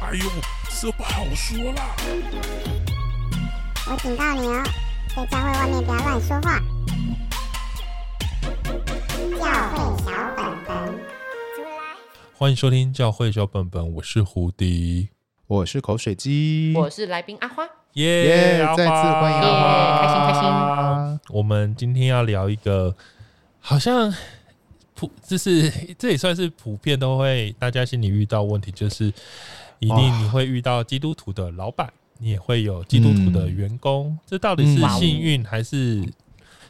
哎呦，这不好说啦。我警告你哦，在教会外面不要乱说话。教会小本本，出来。欢迎收听教会小本本，我是胡迪，我是口水鸡，我是来宾阿花，耶！阿花再次欢迎啊阿花，耶开心开心我们今天要聊一个，好像普，就是这也算是普遍都会大家心里遇到问题，就是一定哇你会遇到基督徒的老板，你也会有基督徒的员工，这到底是嗯幸运还是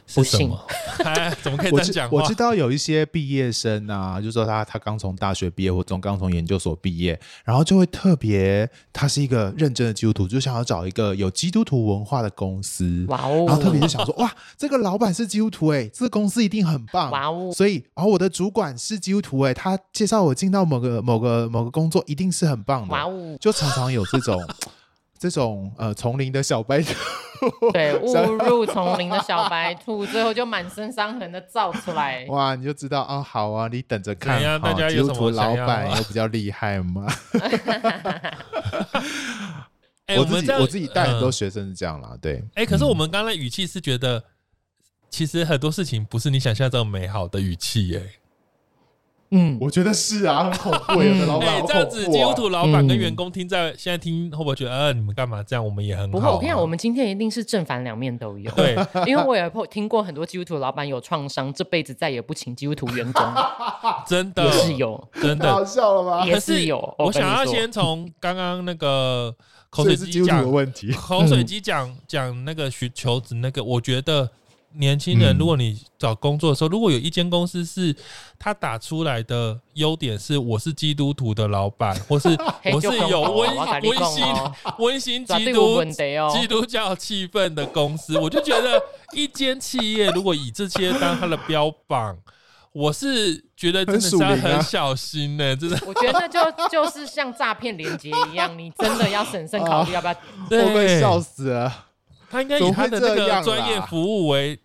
是不什幸么？ 哎，怎么可以这我样知讲话？我知道有一些毕业生啊，就说他他刚从大学毕业或从刚从研究所毕业，然后就会特别，他是一个认真的基督徒，就想要找一个有基督徒文化的公司。哇哦啊然后特别就想说，哇，这个老板是基督徒哎、这个公司一定很棒。哇哦所以，然、后我的主管是基督徒哎、他介绍我进到某个某个某个工作，一定是很棒的。哇 哦，就常常有这种这种呃丛林的小白兔， 对，误入丛林的小白兔， 最后就满身伤痕的造出 来。哇，你就知道哦，好啊，你等着怎样看，哈大家基有督什么徒老想要板有比较厉害吗？哎我们自己这样我自己带很多嗯学生是这样啦，对，哎、可是我们刚才语气是觉得，其实很多事情不是你想象这么美好的语气耶、嗯，我觉得是啊，很恐 怖，有的老哎、板好这样子，恐基怖督啊。徒老板跟嗯员工听在、现在听，会不会觉得，呃，你们干嘛这样？我们也很好、不啊。会，我跟你讲，我们今天一定是正反两面 都有。对，因为我也碰听过很多基督徒老板有创伤，这辈子再也不请基督徒员 工，真的也是有， 真太好的。笑了吧？也可是是有。我跟想你要说先从刚刚那个口所水以是基鸡督徒的讲，问 题，口水鸡讲讲那个需求子那个，我觉得年轻人，嗯如果你找工作的时候，如果有一间公司是他打出来的优点是我是基督徒的老 板，或是嘿我是就讲有哦温我跟你温讲馨哦 温馨绝基对有督问题哦基督教气氛的公司，我就觉得一间企业如果以这些当它的标榜，我是觉得真的是要很属灵啊很小心呢、真的。我觉得那就就是像诈骗连接一样，你真的要审慎考 虑要不要。我对被笑死了。他应该以他的那怎么会这样个啦专业服务为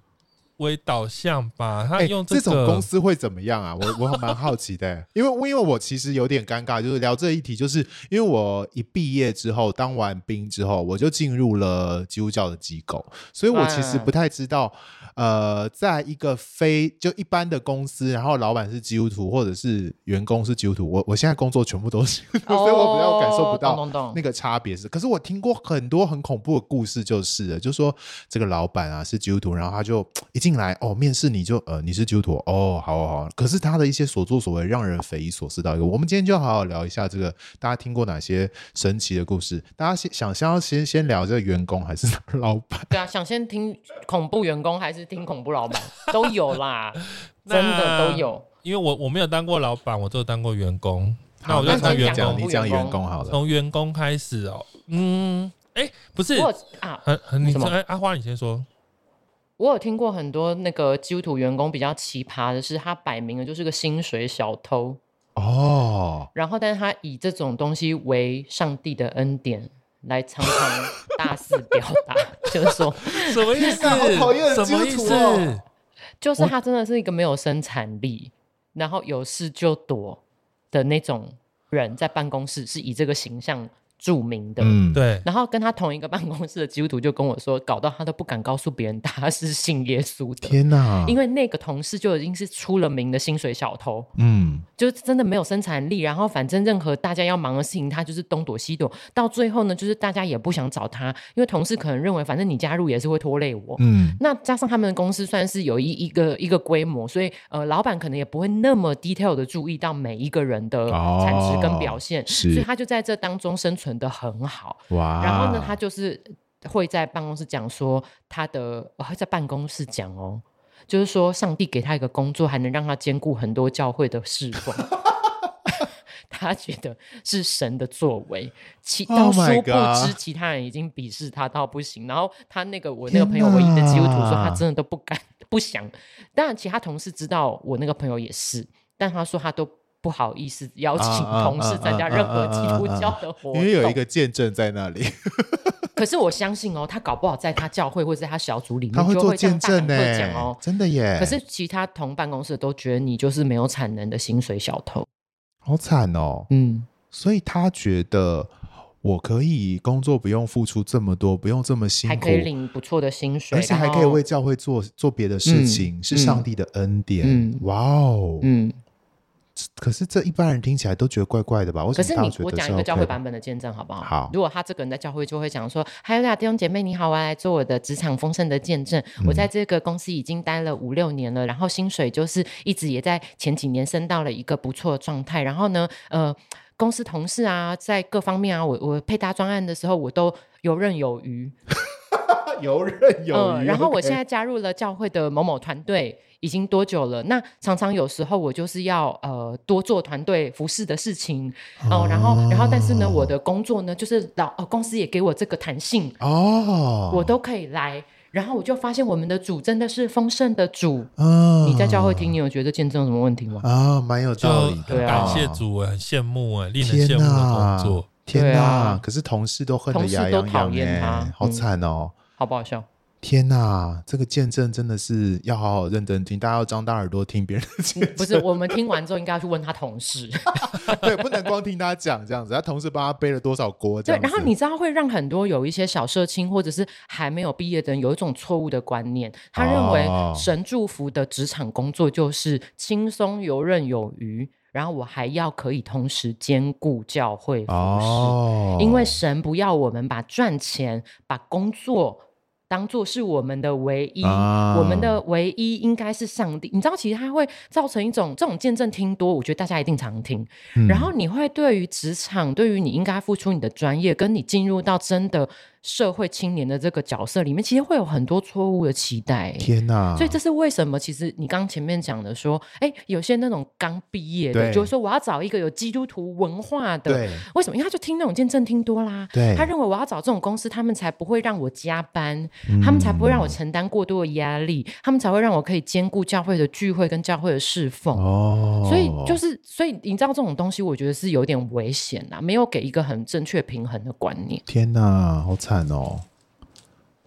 为导向吧，他哎，用这个种公司会怎么样啊？我我还蛮好奇 的、因为因为我其实有点尴尬，就是聊这一题，就是因为我一毕业之后当完兵之后，我就进入了基督教的机构，所以我其实嗯不太知道，呃，在一个非就一般的公司，然后老板是基督徒或者是员工是基督徒，我我现在工作全部都是基督徒，所以我比较感受不到哦懂懂懂那个差别是，可是我听过很多很恐怖的故事，就是了，就说这个老板啊是基督徒，然后他就一进来哦，面试你就呃你是基督徒哦，好好好，可是他的一些所作所为让人匪夷所思到一个。我们今天就好好聊一下这个，大家听过哪些神奇的故事？大家先想先要先先聊这个员工还是老板？对啊，想先听恐怖员工还是听恐怖老板都 有啦，真那的都有。因为我我没有当过老板，我只有当过员工。那我就好从你员讲工你讲员工好了。从员工开始哦。嗯，哎、不是，我有啊，很很你什么说，哎、阿花你先 说。我有听过很多那个基督徒员工比较奇葩的是，他摆明了就是个薪水小偷，哦，然后但是他以这种东西为上帝的恩典。来常常大肆表达，就是说，什么 意思？好讨厌的什么意基督思徒？哦就是他真的是一个没有生产力，然后有事就躲的那种人，在办公室是以这个形象著名的。嗯，对，然后跟他同一个办公室的基督徒就跟我说，搞到他都不敢告诉别人他是信耶稣的，天哪，因为为那个同事就已经是出了名的薪水小偷，嗯，就是真的没有生产力。然后反正任何大家要忙的事情，他就是东躲西躲，到最后呢，就是大家也不想找他，因为同事可能认为反正你加入也是会拖累我。嗯，那加上他们的公司算是有一一个一个规模，所以呃，老板可能也不会那么 detail 的注意到每一个人的哦产值跟表现，是所以他就在这当中生存的很好。哇，然后呢，他就是会在办公室讲说他的，哦、会在办公室讲哦，就是说上帝给他一个工作，还能让他兼顾很多教会的侍奉。 他觉得是神的作为，其到 Oh 殊 my 不 God 知其他人已经鄙视他到不行。然后他那个我那个朋友唯一的基督徒说，他天哪真的都不敢不想。当然，其他同事知道我那个朋友也是，但他说他都不好意思邀请啊啊同事参加任何啊啊啊基啊啊督教的活动，因为有一个见证在那里，可是我相信哦，他搞不好在他教会或者在他小组里面他会就做会这见样大证胆呢、会讲哦。真的耶。可是其他同办公室都觉得你就是没有产能的薪水小偷，好惨哦，嗯，所以他觉得我可以工作不用付出这么多，不用这么辛还苦可，以领不错的薪水，而且还然可以后为教会做做别的事嗯情，是嗯上帝的恩典。嗯哇哦！嗯。可是这一般人听起来都觉得怪怪的吧？为什可么是他你，觉我得讲是一个 OK 教会的版本的见证好不好？好如果他这个人在教会就会讲说：“还有啦，弟兄姐妹你好，我要来做我的职场丰盛的见证。我嗯在这个公司已经待了五六年了，然后薪水就是一直也在前几年升到了一个不错的状态。然后呢，呃。”公司同事啊，在各方面啊，我我配搭专案的时候，我都游刃有余。 游刃有余。嗯，然后我 OK 现在加入了教会的某某团队，已经多久了？那常常有时候我就是要呃多做团队服饰的事情哦、然后然后但是呢，我的工作呢，就是老、呃、公司也给我这个弹性，哦，我都可以来。然后我就发现我们的主真的是丰盛的主。嗯，你在教会听，你有觉得见证有什么问题吗？啊，蛮有就道理的。很对啊感谢主，我很羡慕哎，令人天羡慕的工作。天对哪啊！可是同事都恨得同事牙都痒讨痒厌哎他，好嗯惨哦！好不 好笑？天哪，这个见证真的是要好好认真听，大家要张大耳朵听别人的见证，嗯不是，我们听完之后应该要去问他同事。 对，不能光听他讲这样子，他同事帮他背了多少锅这对样，子？然后你知道会让很多有一些小社青或者是还没有毕业的人有一种错误的观念，他认为哦神祝福的职场工作就是轻松游刃有余，然后我还要可以同时兼顾教会服侍，哦，因为神不要我们把赚钱、把工作。当做是我们的唯一，啊我们的唯一应该是上帝。你知道，其实它会造成一种这种见证听多，我觉得大家一定常听。嗯然后你会对于职场，对于你应该付出你的专业，跟你进入到真的社会青年的这个角色里面，其实会有很多错误的期待。天啊哪，所以这是为什么？其实你刚前面讲的说，哎，有些那种刚毕业的，对就是说我要找一个有基督徒文化的，对为什么？因为他就听那种见证听多啦，对，他认为我要找这种公司，他们才不会让我加班，嗯他们才不会让我承担过多的压力，他们才会让我可以兼顾教会的聚会跟教会的侍奉。哦，所以就是，所以你知道这种东西，我觉得是有点危险啊啦，没有给一个很正确平衡的观念，天哪，好惨哦，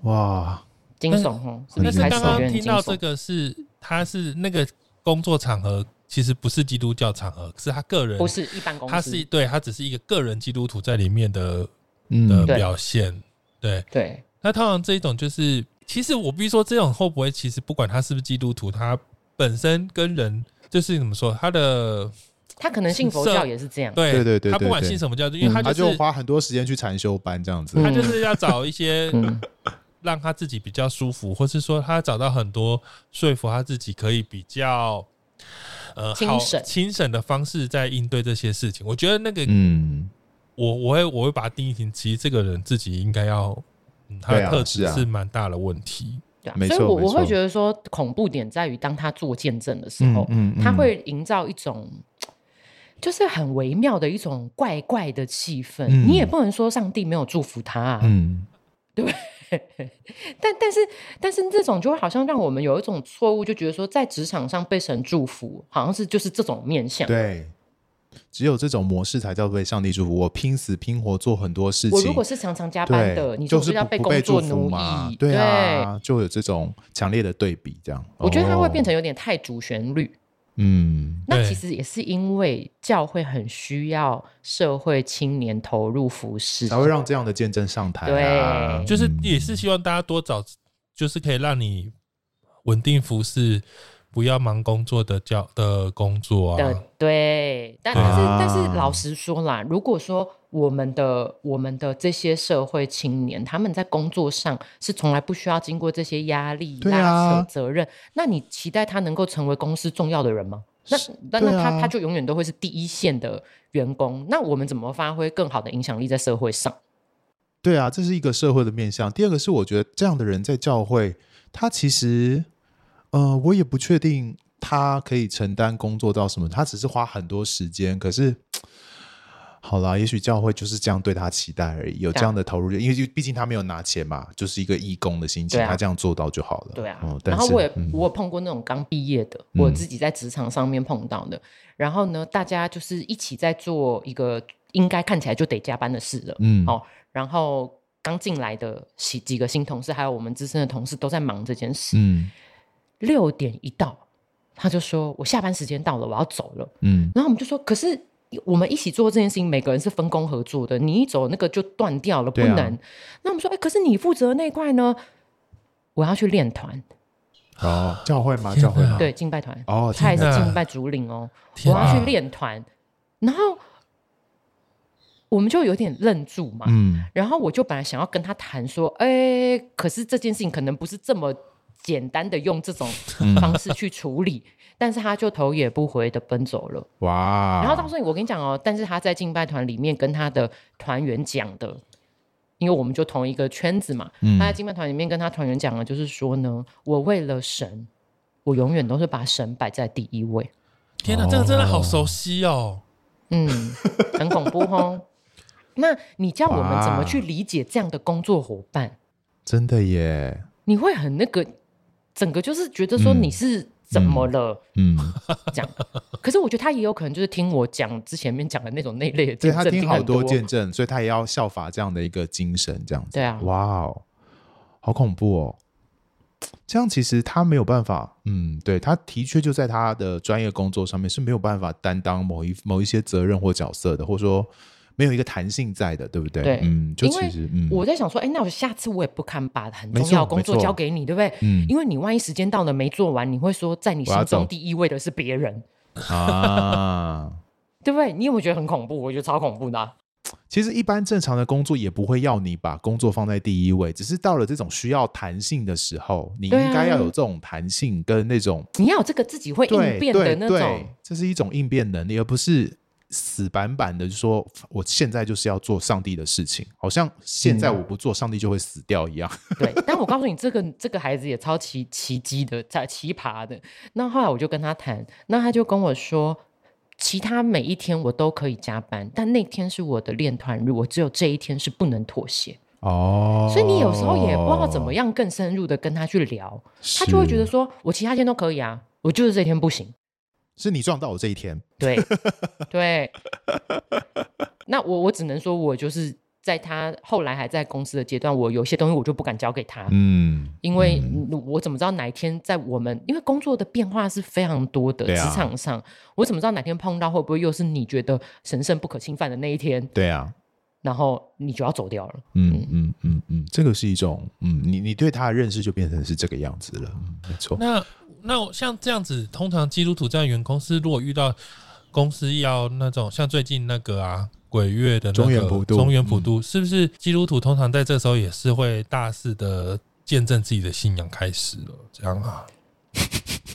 哇，惊悚哦，是不但是是开始刚有刚点听惊到这悚？个是，他是那个工作场合，其实不是基督教场合，是他个人不是一般公司，他是对他只是一个个人基督徒在里面的的嗯，对表现。对，对那通常这一种就是，其实我必须说，这种会不会其实不管他是不是基督徒，他本身跟人就是怎么说，他的他可能信佛教也是这样，对对对对他不管对对信什么教，因为嗯他他就就是花嗯很多时间去禅修班这样子，他就是要找一些嗯，让他自己比较舒服，或是说他找到很多说服他自己可以比较呃轻好省轻省的方式在应对这些事情。我觉得那个嗯。我我会我会把它定义成，其实这个人自己应该要，嗯、他对的啊特是质啊是蛮大的问题。对啊没，错所以我没我错会觉得说，恐怖点在于当他做见证的时候，嗯嗯嗯他会营造一种。就是很微妙的一种怪怪的气氛，嗯你也不能说上帝没有祝福他、啊，嗯，但但是但是这种就会好像让我们有一种错误，就觉得说在职场上被神祝福，好像是就是这种面相。对，只有这种模式才叫被上帝祝福。我拼死拼活做很多事情，我如果是常常加班的，对你就是不是要不不工祝作福奴嘛役？？对啊，就有这种强烈的对比，这样。我觉得它会哦变成有点太主旋律。嗯，那对其实也是因为教会很需要社会青年投入服饰，才会让这样的见证上台啊。对就是嗯也是希望大家多找，就是可以让你稳定服侍，不要忙工作的教的工作的啊。对，但对但是、但啊是老实说啦，如果说我们的我们的这些社会青年，他们在工作上是从来不需要经过这些压力、对啊拉扯、责任，那你期待他能够成为公司重要的人吗？那那对那啊他、他就永远都会是第一线的员工，那我们怎么发挥更好的影响力在社会上？对啊，这是一个社会的面向。第二个是，我觉得这样的人在教会，他其实，呃，我也不确定他可以承担工作到什么，他只是花很多时间，可是。好啦，也许教会就是这样对他期待而已，有啊这样的投入，因为就毕竟他没有拿钱嘛，就是一个义工的心情，对啊他这样做到就好了。对啊，嗯、但然后是我也、嗯我有碰过那种刚毕业的，我嗯自己在职场上面碰到的。然后呢，大家就是一起在做一个应该看起来就得加班的事了，嗯好、然后刚进来的几几个新同事，还有我们资深的同事都在忙这件事。嗯六点一到，他就说我下班时间到了，我要走了。嗯然后我们就说，可是我们一起做这件事情，每个人是分工合作的，你一走那个就断掉了，不对啊能。那我们说，哎、可是你负责那一块呢？我要去练团，哦，教会吗？教会吗？对，敬拜团，哦，他也是天哪敬拜主领哦。我天要去啊，练团，然后我们就有点愣住嘛。嗯，然后我就本来想要跟他谈说，哎、可是这件事情可能不是这么简单的用这种方式去处理，嗯但是他就头也不回的奔走了。哇，然后到时候我跟你讲哦，但是他在敬拜团里面跟他的团员讲的，因为我们就同一个圈子嘛，嗯他在敬拜团里面跟他团员讲的，就是说呢，我为了神，我永远都是把神摆在第一位。天哪，这个真的好熟悉哦。嗯，很恐怖 哦。那你叫我们怎么去理解这样的工作伙伴？真的耶，你会很那个，整个就是觉得说嗯你是怎么了、嗯，这样。可是我觉得他也有可能就是听我讲之前面讲的那种那类的对见他证，听好很多多见证，所以他也要效法这样的一个精神，这样子。对啊哇哦，好恐怖哦！这样其实他没有办法，嗯，对他的确就在他的专业工作上面是没有办法担当某一某一些责任或角色的，或者说没有一个弹性在的，对不对？对嗯，就因为其实，嗯，我在想说，哎、那我下次我也不堪把很没重错要的工作没错交给你，对不对？嗯因为你万一时间到了没做完，你会说在你我要心走中第一位的是别人，啊，对不对？你有没有觉得很恐怖？我觉得超恐怖的啊、其实一般正常的工作也不会要你把工作放在第一位，只是到了这种需要弹性的时候，你应对啊该要有这种弹性跟那种你要有这个自己会对应变的那对种对，这是一种应变能力，而不是死板板的就说我现在就是要做上帝的事情，好像现在我不做，上帝就会死掉一样。对，但我告诉你，这个这个孩子也超奇奇迹的，在奇葩的。那后来我就跟他谈，那他就跟我说，其他每一天我都可以加班，但那天是我的练团日，我只有这一天是不能妥协。哦所以你有时候也不知道怎么，样更深入的跟他去聊，他就会觉得是说，我其他天都可以啊，我就是这天不行。是你撞到我这一天，对对，那我我只能说，我就是在他后来还在公司的阶段，我有些东西我就不敢交给他。嗯，因为嗯嗯我怎么知道哪一天在我们因为工作的变化是非常多的，对啊职场上我怎么知道哪天碰到会不会又是你觉得神圣不可侵犯的那一天，对啊。然后你就要走 掉了。嗯嗯嗯嗯，这个是一种嗯，你你对他的认识就变成是这个样子了，嗯没错。那那我像这样子，通常基督徒这样的员工是，如果遇到公司要那种像最近那个啊鬼月的、那个、中原普渡嗯中原普渡、是不是基督徒通常在这时候也是会大肆的见证自己的信仰开始了？这样啊，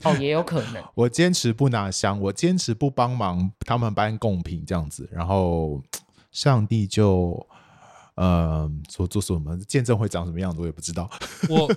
哦，也有可 能，我坚持不拿香，我坚持不帮忙他们搬贡品这样子，然后上帝就呃所做什么见证会长什么样子，我也不知道。我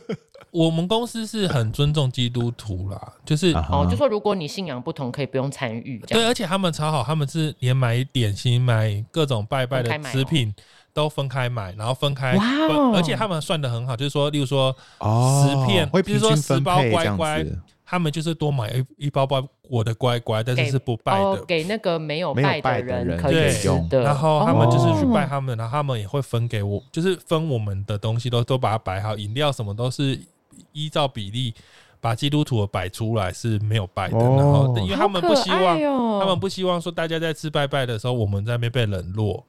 我们公司是很尊重基督徒啦，就是啊哈哦，就说如果你信仰不同，可以不用参与这对，样。而且他们超好，他们是连买点心、买各种拜拜的分开买哦食品都分开买，然后分开，哇哦分而且他们算的很好，就是说，例如说，哦，十片会比平如说均十分包配乖这样乖子，他们就是多买一一包包我的乖乖，啊但是是不拜哦的，，给那个没有没有拜拜的的人人可对以吃的。然后他们就是去哦拜他们，然后他们也会分给我，就是分我们的东西都都把它摆好，饮料什么都是依照比例把基督徒的摆出来是没有拜的，哦然后因为他好们可不希望爱。哦他们不希望说大家在吃拜拜的时候，我们在那边被冷落，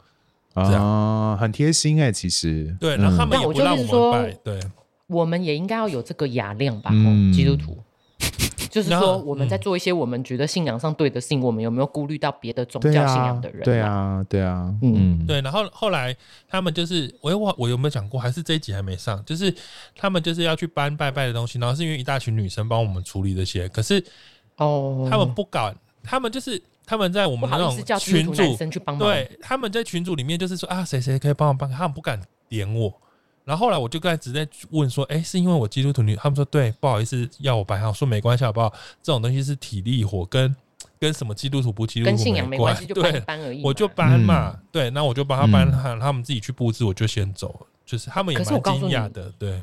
这样啊，很贴心哎、其实对，然后他们嗯也不让那我就是我说们拜，对，我们也应该要有这个雅量吧，嗯哦基督徒。 就是然后说，我们在嗯做一些我们觉得信仰上对的事情，我们有没有顾虑到别的宗对教信啊仰的人、，对，啊，对啊，嗯嗯，对，然后后来他们就是，我我我有没有讲过？还是这一集还没上？就是他们就是要去搬拜拜的东西，然后是因为一大群女生帮我们处理这些，可是哦，他们不敢，他们就是他们在我不们那好意思种叫基群督徒男主，生去帮忙，对，他们在群组里面就是说啊，谁谁可以帮我搬，他们不敢点我。然后后来我就刚才直接问说，哎、是因为我基督徒女？他们说对，不好意思要我搬。我说没关系好不好？这种东西是体力活，跟跟什么基督徒不基督徒跟信仰没关系，就帮你对，搬而已嘛。我就搬嘛，嗯对，那我就帮他搬，他他们自己去布置，我就先走了。就是他们也可蛮是我告诉惊讶你的，对，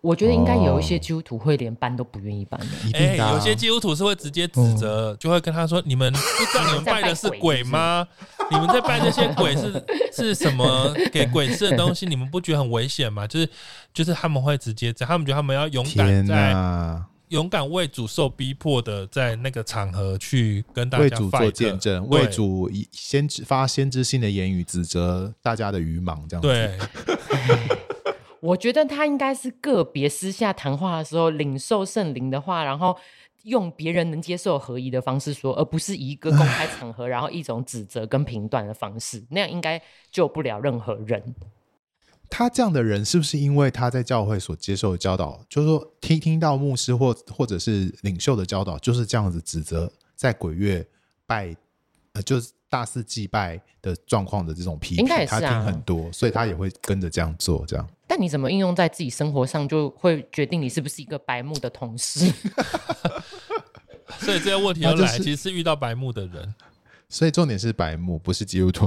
我觉得应该有一些哦基督徒会连搬都不愿意搬的。一哎、定的啊、嗯有些基督徒是会直接指责，就会跟他说：“你 们不知道你们拜的是鬼吗？你们在拜这些鬼是 是什么给鬼吃的东西？你们不觉得很危险吗？”就是就是他们会直接这样，他们觉得他们要勇敢天啊在哪，勇敢为主受逼迫的在那个场合去跟大家为主做 fight 见证，对为主以先知发先知性的言语指责大家的愚盲，这样子。对我觉得他应该是个别私下谈话的时候领受圣灵的话，然后用别人能接受合一的方式说，而不是以一个公开场合，然后一种指责跟评断的方式，那样应该救不了任何人。他这样的人是不是因为他在教会所接受的教导，就是说听听到牧师或或者是领袖的教导，就是这样子指责在鬼月拜，呃，就是大肆祭拜的状况的这种批评，应该也是啊他听很多，所以他也会跟着这样做，这样。但你怎么应用在自己生活上，就会决定你是不是一个白目的同事。所以这些问题啊要 这来，是其实是遇到白目的人，所以重点是白目，不是基督徒。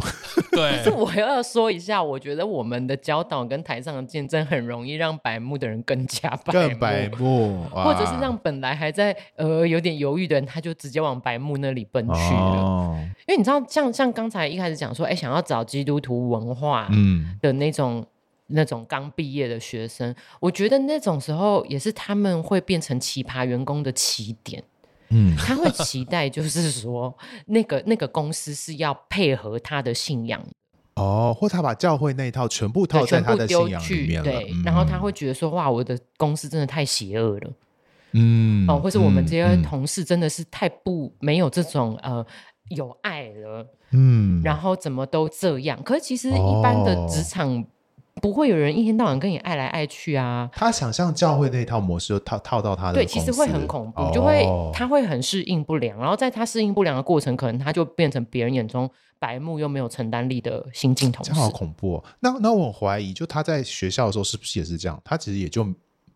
对这，我要说一下，我觉得我们的教导跟台上的见证很容易让白目的人更加白目，更白目， 或或者是让本来还在呃有点犹豫的人，他就直接往白目那里奔去了。哦，因为你知道，像像刚才一开始讲说，哎，想要找基督徒文化嗯，的那种、那种刚毕业的学生，我觉得那种时候也是他们会变成奇葩员工的起点。嗯，他会 期待，就是说，那个那个公司是要配合他的信仰，哦，或他把教会那一套全部对，套在全他部的信丢仰里去，面了，对嗯，然后他会，觉得说，哇，我的公司真的太邪恶了，嗯，哦，或是我们这些嗯，同事真的是太不没有这种呃有爱了，嗯，然后后怎么都这样。可是其实一般的职哦场不会有人一天到晚跟你爱来爱去啊。他想象教会那一套模式就套套到他的对，公其司，实会很恐怖，哦就会他会很适应不良，然后在他适应不良的过程，可能他就变成别人眼中白目又没有承担力的新进同这事样。好恐怖哦。那那我很怀疑，就他在学校的时候是不是也是这样？他其实也就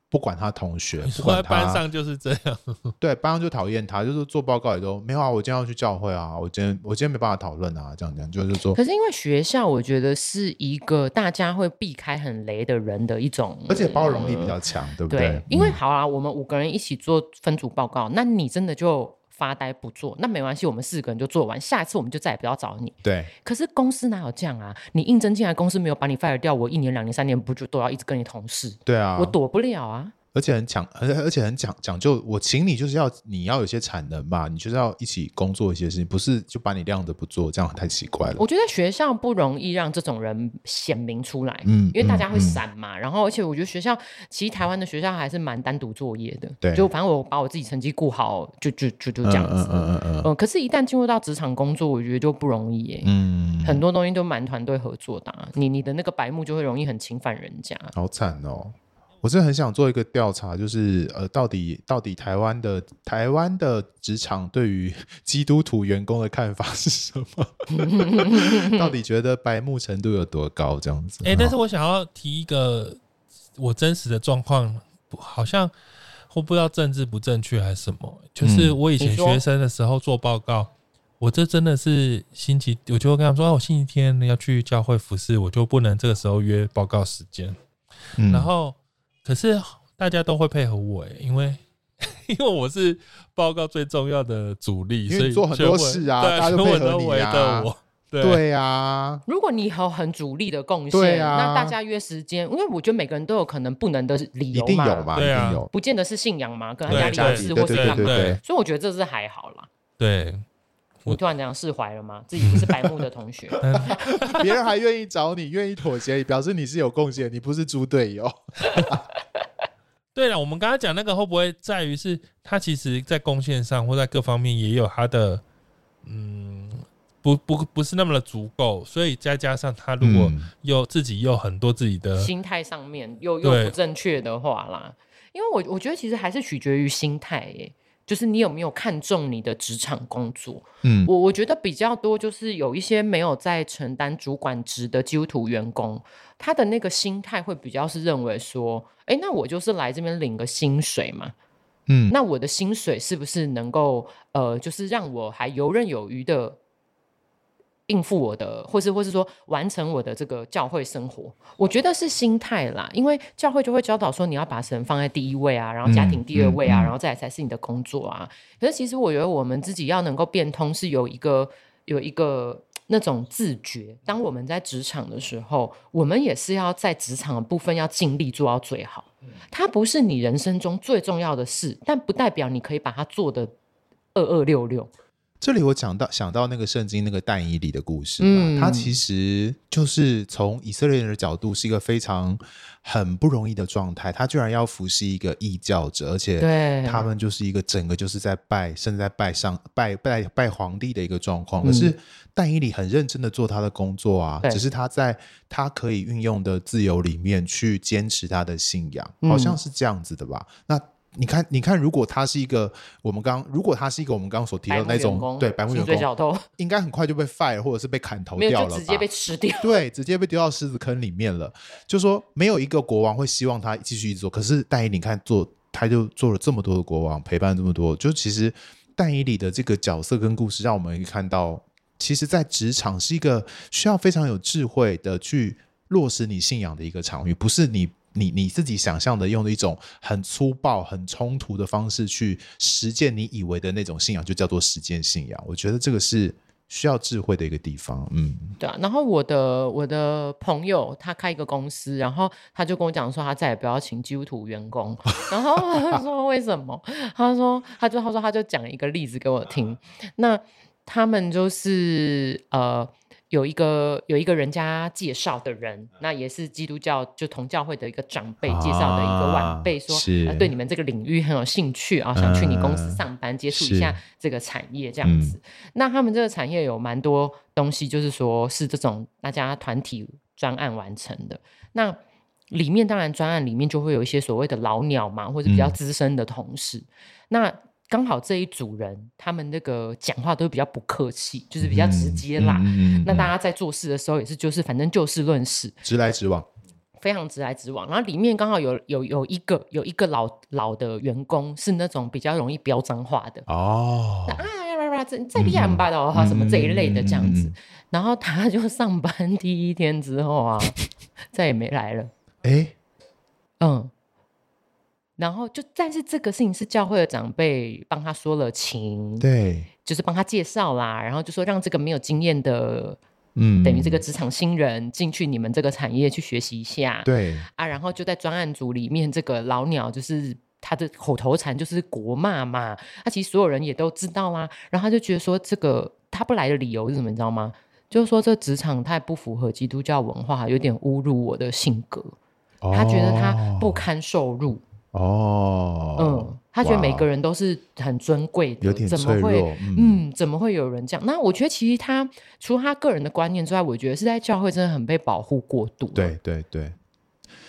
不管他同学，不我在管班他，上就是这样，对班上就讨厌他，就是做报告也都没有啊。我今天要去教会啊，我今天我今天没办法讨论啊，这样这样就是说可。是因为学校，我觉得是一个大家会避开很雷的人的一种，而且包容力比较强，对嗯不对，因为好啊，我们五个人一起做分组报告，那你真的就发呆不做，那没关系，我们四个人就做完，下一次我们就再也不要找你。对，可是公司哪有这样啊？你应征进来，公司没有把你 fire 掉，我一年、两年、三年不就都要一直跟你同事？对啊，我躲不了啊！而且很讲，而而且很讲讲究。我请你就是要你要有些产能嘛，你就是要一起工作一些事情，不是就把你晾着不做，这样太奇怪了。我觉得学校不容易让这种人显明出来，嗯因为大家会嗯嗯闪嘛。然后，而且我觉得学校其实台湾的学校还是蛮单独作业的，对就反正我把我自己成绩顾好，就就就就这样子。嗯嗯嗯嗯，可是，一旦进入到职场工作，我觉得就不容易耶、嗯，嗯很多东西都蛮团队合作的、啊，你你的那个白目就会容易很侵犯人家。好惨哦！我是很想做一个调查，就是呃，到底到底台湾的台湾的职场对于 基督徒员工的看法是什么？ 到底觉得白目程度有多高？这样子？哎、但是我想要提一个我真实的状况，不好像我不知道政治不正确还是什么，就是嗯我以前你说学生的时候做报告，我这真的是星期，我就会跟他们说，啊、我星期天要去教会服侍，我就不能这个时候约报告时间。嗯然后，可是大家都会配合我、欸，因为。 因为我是报告最重要的主力，因为所以你做很多全文事啊对大家都全文配合都你围啊着我，对啊，如果你有很主力的贡对献，啊那大家约时间，因为我觉得每个人都有可能不能的理一由定有嘛，嘛，一对啊定有。不见得是信仰嘛，可能对压对力家大里是对或是对干对嘛对的，所以我觉得这是还好啦。对，我你突然这样释怀了吗？自己不是白目的 同学，嗯对，别人还愿意找你，愿意妥协，表示你是有贡献，你不是猪队友。对了，我们刚刚讲那个会不会在于是他其实在贡献上或在各方面也有他的，嗯，不不不是那么的足够，所以再加上他如果嗯又自己又很多自己的，心态上面又又对不正确的话啦，因为我我觉得其实还是取决于心态耶、就是你有没有看重你的职场工作，嗯，我我觉得比较多就是有一些没有在承担主管职的基督徒员工，他的那个心态会比较是认为说，哎，那我就是来这边领个薪水嘛，嗯那我的薪水是不是能够呃，就是让我还游刃有余的应付我的，或是或是说完成我的这个教会生活？我觉得是心态啦，因为教会就会教导说你要把神放在第一位啊，然后家庭第二位嗯啊，嗯嗯然后再来才是你的工作啊。可是其实我觉得我们自己要能够变通，是有一个有一个那种自觉。当我们在职场的时候，我们也是要在职场的部分要尽力做到最好。嗯它不是你人生中最重要的事，但不代表你可以把它做的二二六六。这里我讲到想到那个圣经那个但以理的故事嘛，嗯他其实就是从以色列人的角度是一个非常很不容易的状态，他居然要服侍一个异教者，而且对，他们就是一个整个就是在拜，甚至在拜上拜拜拜皇帝的一个状况。可是但以理很认真的做他的工作啊，嗯对只是他在他可以运用的自由里面去坚持他的信仰，嗯好像是这样子的吧？那。你看，你看，如果他是一个我们刚，如果他是一个我们刚刚所提到的白目那员种工对白目员薪水工，小偷，应该很快就被 fire 或者是被砍头没有掉就了吧？直接被吃掉。对，直接被丢到狮子坑里面了。就说没有一个国王会希望他继续一直做，可是但以理你看做，他就做了这么多的国王，陪伴这么多，就其实但以理的这个角色跟故事，让我们可以看到，其实，在职场是一个需要非常有智慧的去落实你信仰的一个场域，不是你。你你自己想象的用一种很粗暴、很冲突的方式去实践你以为的那种信仰，就叫做实践信仰。我觉得这个是需要智慧的一个地方。嗯，对啊，然后我的我的朋友他开一个公司，然后他就跟我讲说，他再也不要请基督徒员工。然后我就说为什么？他说他就他说他就讲一个例子给我听。那他们就是呃有一个有一个人家介绍的人，那也是基督教就同教会的一个长辈介绍的一个晚辈说，啊是呃对你们这个领域很有兴趣啊，想去你公司嗯上班，接触是一下这个产业嗯这样子。那他们这个产业有蛮多东西，就是说是这种大家团体专案完成的。那里面当然专案里面就会有一些所谓的老鸟嘛，或者比较嗯资深的同事。那刚好这一组人，他们那个讲话都比较不客气，就是比较直接啦。嗯嗯嗯那嗯大家在做事的时候也是，就是反正就事论事，直来直往，非常直来直往。然后里面刚好有有有一个有一个老老的员工是那种比较容易飙脏话的，哦啊，呀呀呀，这这里很霸道啊，什么这一类的这样子。然后他就上班第一天之后啊， 再也没来了。哎，嗯，然后就但是这个事情是教会的长辈帮他说了情，对，就是帮他介绍啦，然后就说让这个没有经验的，嗯，等于这个职场新人进去你们这个产业去学习一下。对，啊，然后就在专案组里面，这个老鸟就是他的口头禅就是国骂嘛，他其实所有人也都知道啦、然后他就觉得说，这个他不来的理由是什么，你知道吗？就是说这职场太不符合基督教文化，有点侮辱我的性格。他觉得他不堪受辱，哦，嗯，他觉得每哇个人都是很尊贵的，有点怎么脆会弱，嗯嗯，怎么会有人这样？那我觉得其实他除了他个人的观念之外，我觉得是在教会真的很被保护过度。对对对，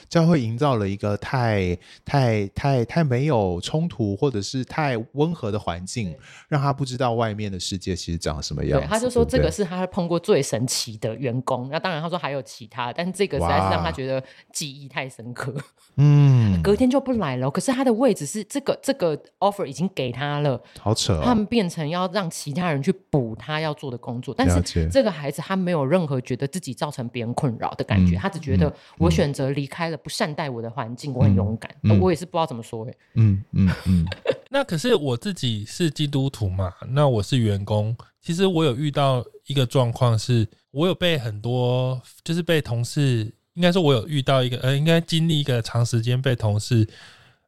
教会营造了一个太太太太没有冲突或者是太温和的环境，让他不知道外面的世界其实长什么样对，子。他就说不这个对是他碰过最神奇的员工。那当然，他说还有其他，但这个实在是让哇他觉得记忆太深刻。嗯，隔天就不来了，可是他的位置是这个这个 offer 已经给他了，好扯他哦，们变成要让其他人去补他要做的工作。但了是解这个孩子他没有任何觉得自己造成别人困扰的感觉，嗯他只觉得我选择离开了不善待我的环境，我很勇敢。哦嗯我也是不知道怎么说、欸，嗯嗯嗯，那可是我自己是基督徒嘛，那我是员工。其实我有遇到一个状况是，我有被很多，就是被同事，应该说我有遇到一个，呃，应该经历一个长时间被同事，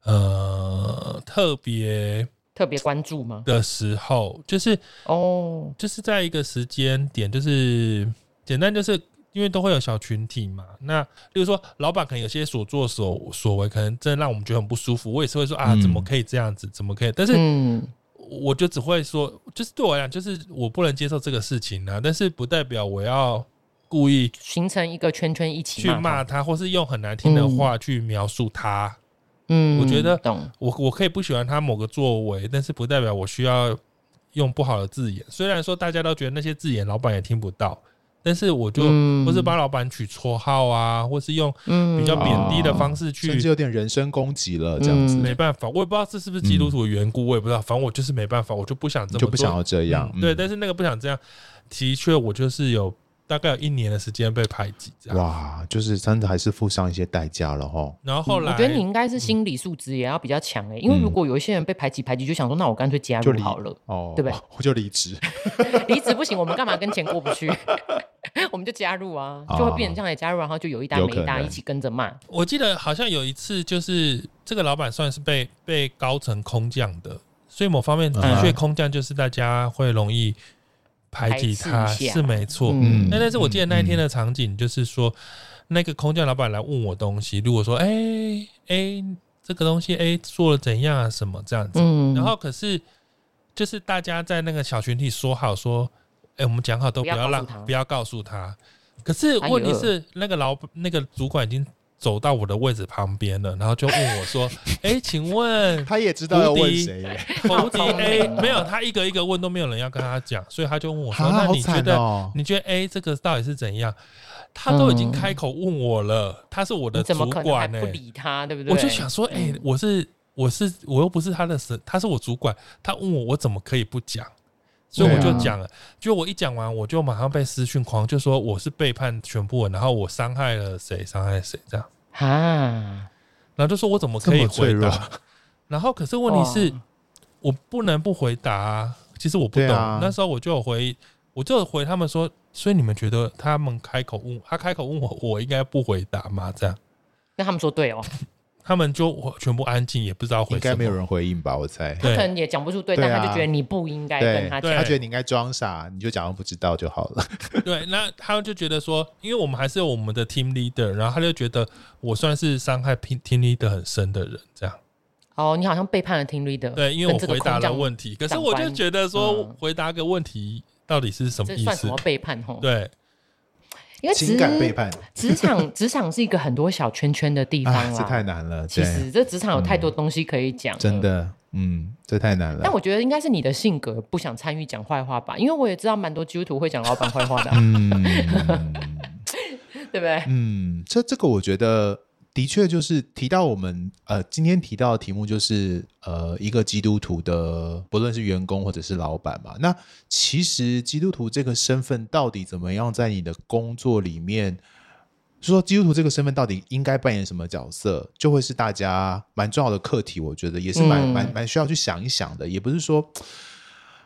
呃，特别特别关注吗？嗯的时候，就是哦，就是在一个时间点，就是简单就是。因为都会有小群体嘛，那例如说，老板可能有些所作所所为，可能真的让我们觉得很不舒服。我也是会说啊，嗯怎么可以这样子？怎么可以？但是嗯，我就只会说，就是对我来讲，就是我不能接受这个事情啊，但是不代表我要故意形成一个圈圈一起去他骂他，或是用很难听的话去描述他。嗯，我觉得懂。我我可以不喜欢他某个作为，但是不代表我需要用不好的字眼。虽然说大家都觉得那些字眼老板也听不到，但是我就嗯不是帮老板取绰号啊，或是用嗯比较贬低的哦方式去嗯甚至有点人身攻击了，这样子嗯没办法，我也不知道这是不是基督徒的缘故，我也不知道，反正我嗯嗯就是没办法，我就不想这么就不做想要这样嗯。对，嗯但是那个不想这样，的确我就是有大概有一年的时间被排挤这样。哇，就是真的还是付上一些代价了哈。然后后嗯来，我觉得你应该是心理素质也要比较强哎、因为嗯如果有一些人被排挤排挤，就想说那我干脆加就入离好了，哦，对不对？ 我就离职，离职不行，我们干嘛跟钱过不去？ 我们就加入啊，就会变成这样也加入，然后就有一搭哦有没一可搭能一起跟着骂。我记得好像有一次，就是这个老板算是被被高层空降的，所以某方面的确嗯空降就是大家会容易排挤他，排斥一下是没错。嗯那但是我记得那一天的，的场景就是说，那个空降老板来问我东西，如果说哎哎、这个东西哎、做了怎样啊什么这样子，嗯，然后可是就是大家在那个小群体说好说，哎、我们讲好都不不要要告让诉他哎不要告诉他。可是问题是，那个老那个主管已经走到我的位置旁边了，然后就问我 说：“哎、请问他也知道要无问敌谁耶，侯迪好聪 A 明哦没有？”他一个一个问，都没有人要跟他讲，所以他就问我说：“啊那好你觉惨得、哦！你觉得 A 这个到底是怎样？”他都已经开口问我了，他是我的你怎么主可能还管呢、欸不理他？对不对？我就想说，哎、嗯我是我是我又不是他的神，他是我主管，他问我我怎么可以不讲？所以我对啊就讲了，就我一讲完，我就马上被私讯狂，就说我是背叛全部人，然后我伤害了谁，伤害谁这样，啊，然后就说我怎么可以这么脆回弱答？然后可是问题是哇，我不能不回答、啊。其实我不懂，对啊那时候我就有回，我就有回他们说，所以你们觉得他们开口问他开口问我，我应该不回答吗？这样那他们说对哦，他们就全部安静，也不知道回 应什该没么有。人回应吧？我猜。他对可能也讲不出 对，对但啊他就觉得你不应该跟对，他他对讲。觉得你应该装傻，你就假装不知道就好了。对，那他们就觉得说，因为我们还是有我们的 team leader，然后他就觉得我算是伤害 team team leader 很深的人，这样。哦，你好像背叛了 Team Leader。对，因为我回答了问题，题，可是我就觉得说，嗯回答个问题到底是什么这意算什思么？背叛？吼，，对，因为情职感背叛，职场职场是一个很多小圈圈的地方啊，啦。这太难了。其对，实这职场有太多东西可以讲，真。的，嗯，这太难了。但我觉得应该是你的性格不想参与讲坏话吧，因为我也知道蛮多基督徒会讲老板坏话的啊，嗯 对不对？嗯，这这个我觉得的确就是提到我们呃今天提到的题目就是呃一个基督徒的不论是员工或者是老板嘛，那其实基督徒这个身份到底怎么样在你的工作里面？说基督徒这个身份到底应该扮演什么角色，就会是大家蛮重要的课题，我觉得也是蛮嗯蛮蛮需要去想一想的，也不是说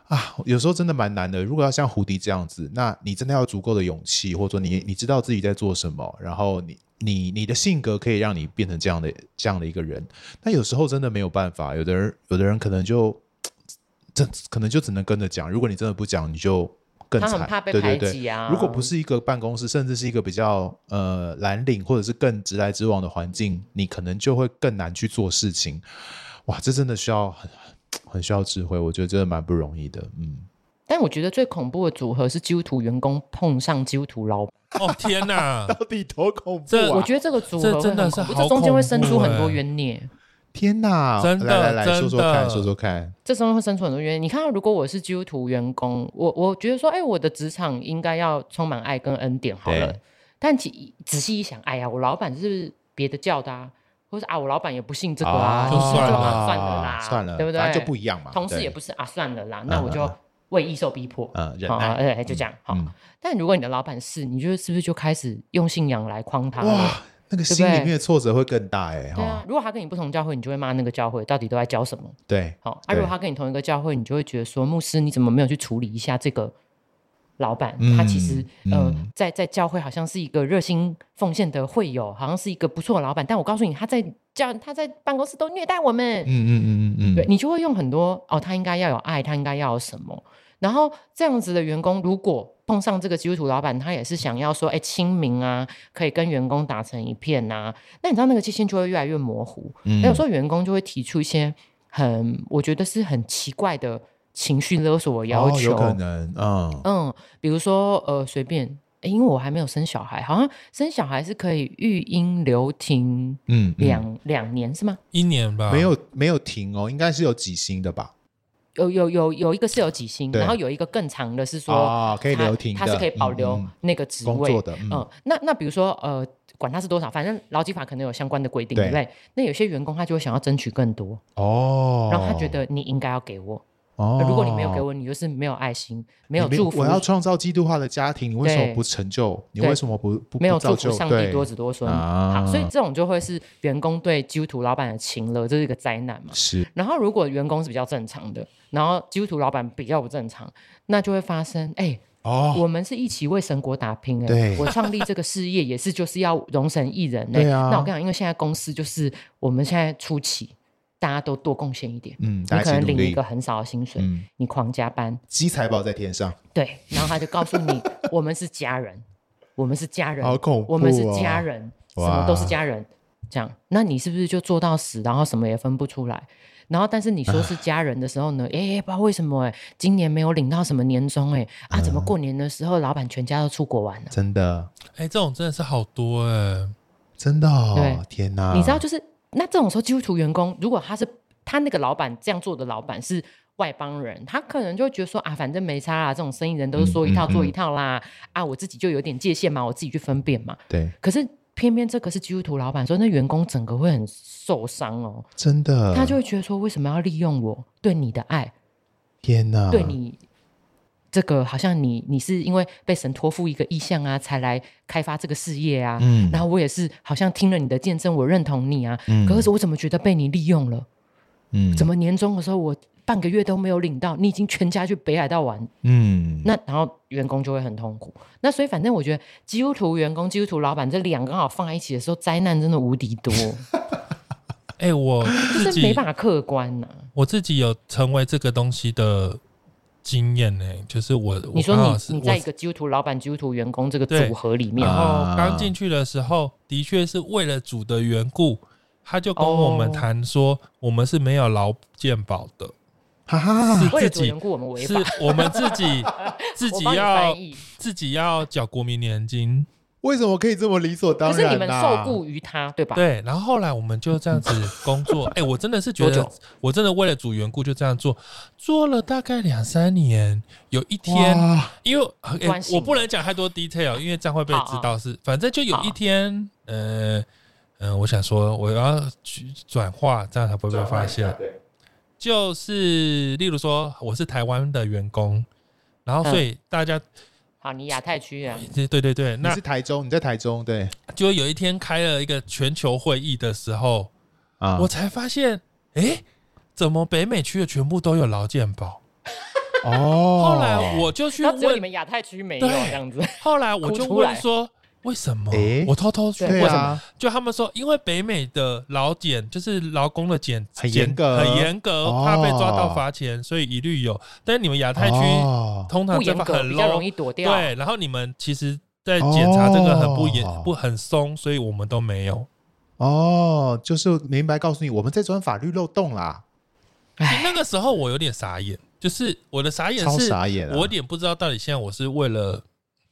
啊，有时候真的蛮难的。如果要像胡迪这样子，那你真的要有足够的勇气，或者说你你知道自己在做什么，然后你你你的性格可以让你变成这样的这样的一个人。但有时候真的没有办法，有的人有的人可能就这可能就只能跟着讲，如果你真的不讲，你就更他惨，很怕被对对排对挤啊。如果不是一个办公室，甚至是一个比较呃蓝领或者是更直来直往的环境，你可能就会更难去做事情。哇，这真的需要很很需要智慧，我觉得真的蛮不容易的。嗯，但我觉得最恐怖的组合是基督徒员工碰上基督徒老板，哦天 哪，底多恐这我觉得这个组合这会真的很是恐怖好这中间会恐生出怖很多欸冤孽。天哪！真的来来来，真说说看，的说说看。这中间会生出很多原因。你看到，如果我是基督徒员工，我我觉得说，哎，我的职场应该要充满爱跟恩典好了对。但其仔细一想，哎呀，我老板是别的教的啊，或是啊，我老板也不信这个啊，就算算了啊算了啦，算了，对不对？反正就不一样嘛。同事对也不是啊，算了啦，那嗯我就嗯为义受逼迫。嗯忍好，耐哎、哎就这样。好，嗯但如果你的老板是，你就是是不是就开始用信仰来框他了？哇，那个对不心里对面的挫折会更大哎对啊哈。，如果他跟你不同教会，你就会骂那个教会到底都在教什么。对，好，啊，如果对他跟你同一个教会，你就会觉得说，牧师你怎么没有去处理一下这个老板？嗯他其实呃嗯，在在教会好像是一个热心奉献的会友，好像是一个不错的老板，但我告诉你，他在教他在办公室都虐待我们。嗯嗯嗯嗯对嗯，你就会用很多哦，他应该要有爱，他应该要有什么。然后这样子的员工，如果碰上这个基督徒老板，他也是想要说，哎，亲民啊，可以跟员工打成一片呐、那你知道那个界限就会越来越模糊。嗯那有时候员工就会提出一些很，我觉得是很奇怪的情绪勒索的要哦求。有可能，嗯，嗯，比如说呃，随便。诶因为我还没有生小孩，好像生小孩是可以育婴留停嗯，嗯两、两年是吗？一年啊吧，没有没有停哦，应该是有几星的吧？有有有有一个是有几星，对然后有一个更长的是说、啊，可以他留停的，他是可以保留嗯嗯那个职位工作的，嗯嗯，那那比如说呃，管他是多少，反正劳基法可能有相关的规定，对对不对？那有些员工他就会想要争取更多，哦，然后他觉得你应该要给我，哦而如果你没有给我，你就是没有爱心，没有你祝福，我要创造基督化的家庭，你为什么对不成就？你对为什么不不没有不造祝就福上对帝多子多孙。啊好，所以这种就会是员工对基督徒老板的情了，这是一个灾难嘛。是然后如果员工是比较正常的，然后基督徒老板比较不正常，那就会发生哎、哦，我们是一起为神国打拼哎、对我创立这个事业也是就是要容神一人哎、对啊那我跟你讲，因为现在公司就是我们现在初期，大家都多贡献一点，嗯，你大可家一能起努领一力个，很少的薪水，嗯，你狂加班，积财宝在天上，对，然后他就告诉你，我们是家人，我们是家人，好恐怖哦我们是家人，什么都是哇家人，这样，那你是不是就做到死，然后什么也分不出来？然后，但是你说是家人的时候呢， 诶，不知道为什么、诶，今年没有领到什么年终、诶，嗯啊，怎么过年的时候老板全家都出国玩了？真的哎、这种真的是好多哎、真的哦对，天哪！你知道，就是那这种时候，基督徒员工如果他是他那个老板这样做的老板是外邦人，他可能就会觉得说啊，反正没差啦，这种生意人都是说一套嗯嗯做嗯一套啦，啊，我自己就有点界限嘛，我自己去分辨嘛。对，可是偏偏这个是基督徒老板说，那员工整个会很受伤哦，真的，他就会觉得说，为什么要利用我对你的爱，天哪，对你？这个好像你你是因为被神托付一个意向啊，才来开发这个事业啊。嗯然后我也是好像听了你的见证，我认同你啊。嗯可是我怎么觉得被你利用了？嗯怎么年终的时候我半个月都没有领到，你已经全家去北海道玩，嗯那然后员工就会很痛苦。那所以反正我觉得基督徒员工、基督徒老板这两个刚好放在一起的时候，灾难真的无敌 多，哎、我就自是没己办法客观呐、我自己有成为这个东西的经验呢、就是我我你说刚好是你你我在一个基督徒老板、基督徒员工这个对组合里面然，啊后刚进去的时候，的确是为了主的缘故，他就跟哦我们谈说，我们是没有劳健保的，哈哈，是为了啊自主己缘故我们违是法，我们自 己自我己帮你要翻译。自己要缴国民年金，为什么可以这么理所当可然？啊是你们受雇，于他，对吧？对。然后后来我们就这样子工 作，哎，我真的是觉多得久，我真的为了主缘故就这样做，做了大概两三年，有一天。哇因为呃诶关系我不能讲太多 detail，因为这样会被知道是。反正就有一天，呃，嗯、我想说我要去转化，这样才不会被发现。对，就是例如说，我是台湾的员工，然后所以大家、好，你亚太区啊人，对对对对，你那是台中，你在台中，对就有一天开了一个全球会议的时候，啊我才发现，诶，怎么北美区的全部都有劳健保？哦后来我就去然后只有你问，们亚太区没有对这 样子，后来我就哭出问来说，为什么？诶我偷偷去对问对为什啊，就他们说，因为北美的劳检就是劳工的检很检严格很严格，哦怕被抓到罚钱，所以一律有。但是你们亚太区哦通常不这严法格很比较容 low，易躲掉。对，然后你们其实。在检查这个很不严、哦不很松，所以我们都没有。哦，就是明白告诉你，我们在钻法律漏洞啦，那个时候我有点傻眼，就是我的傻眼超是，傻眼啊我有点不知道到底现在我是为了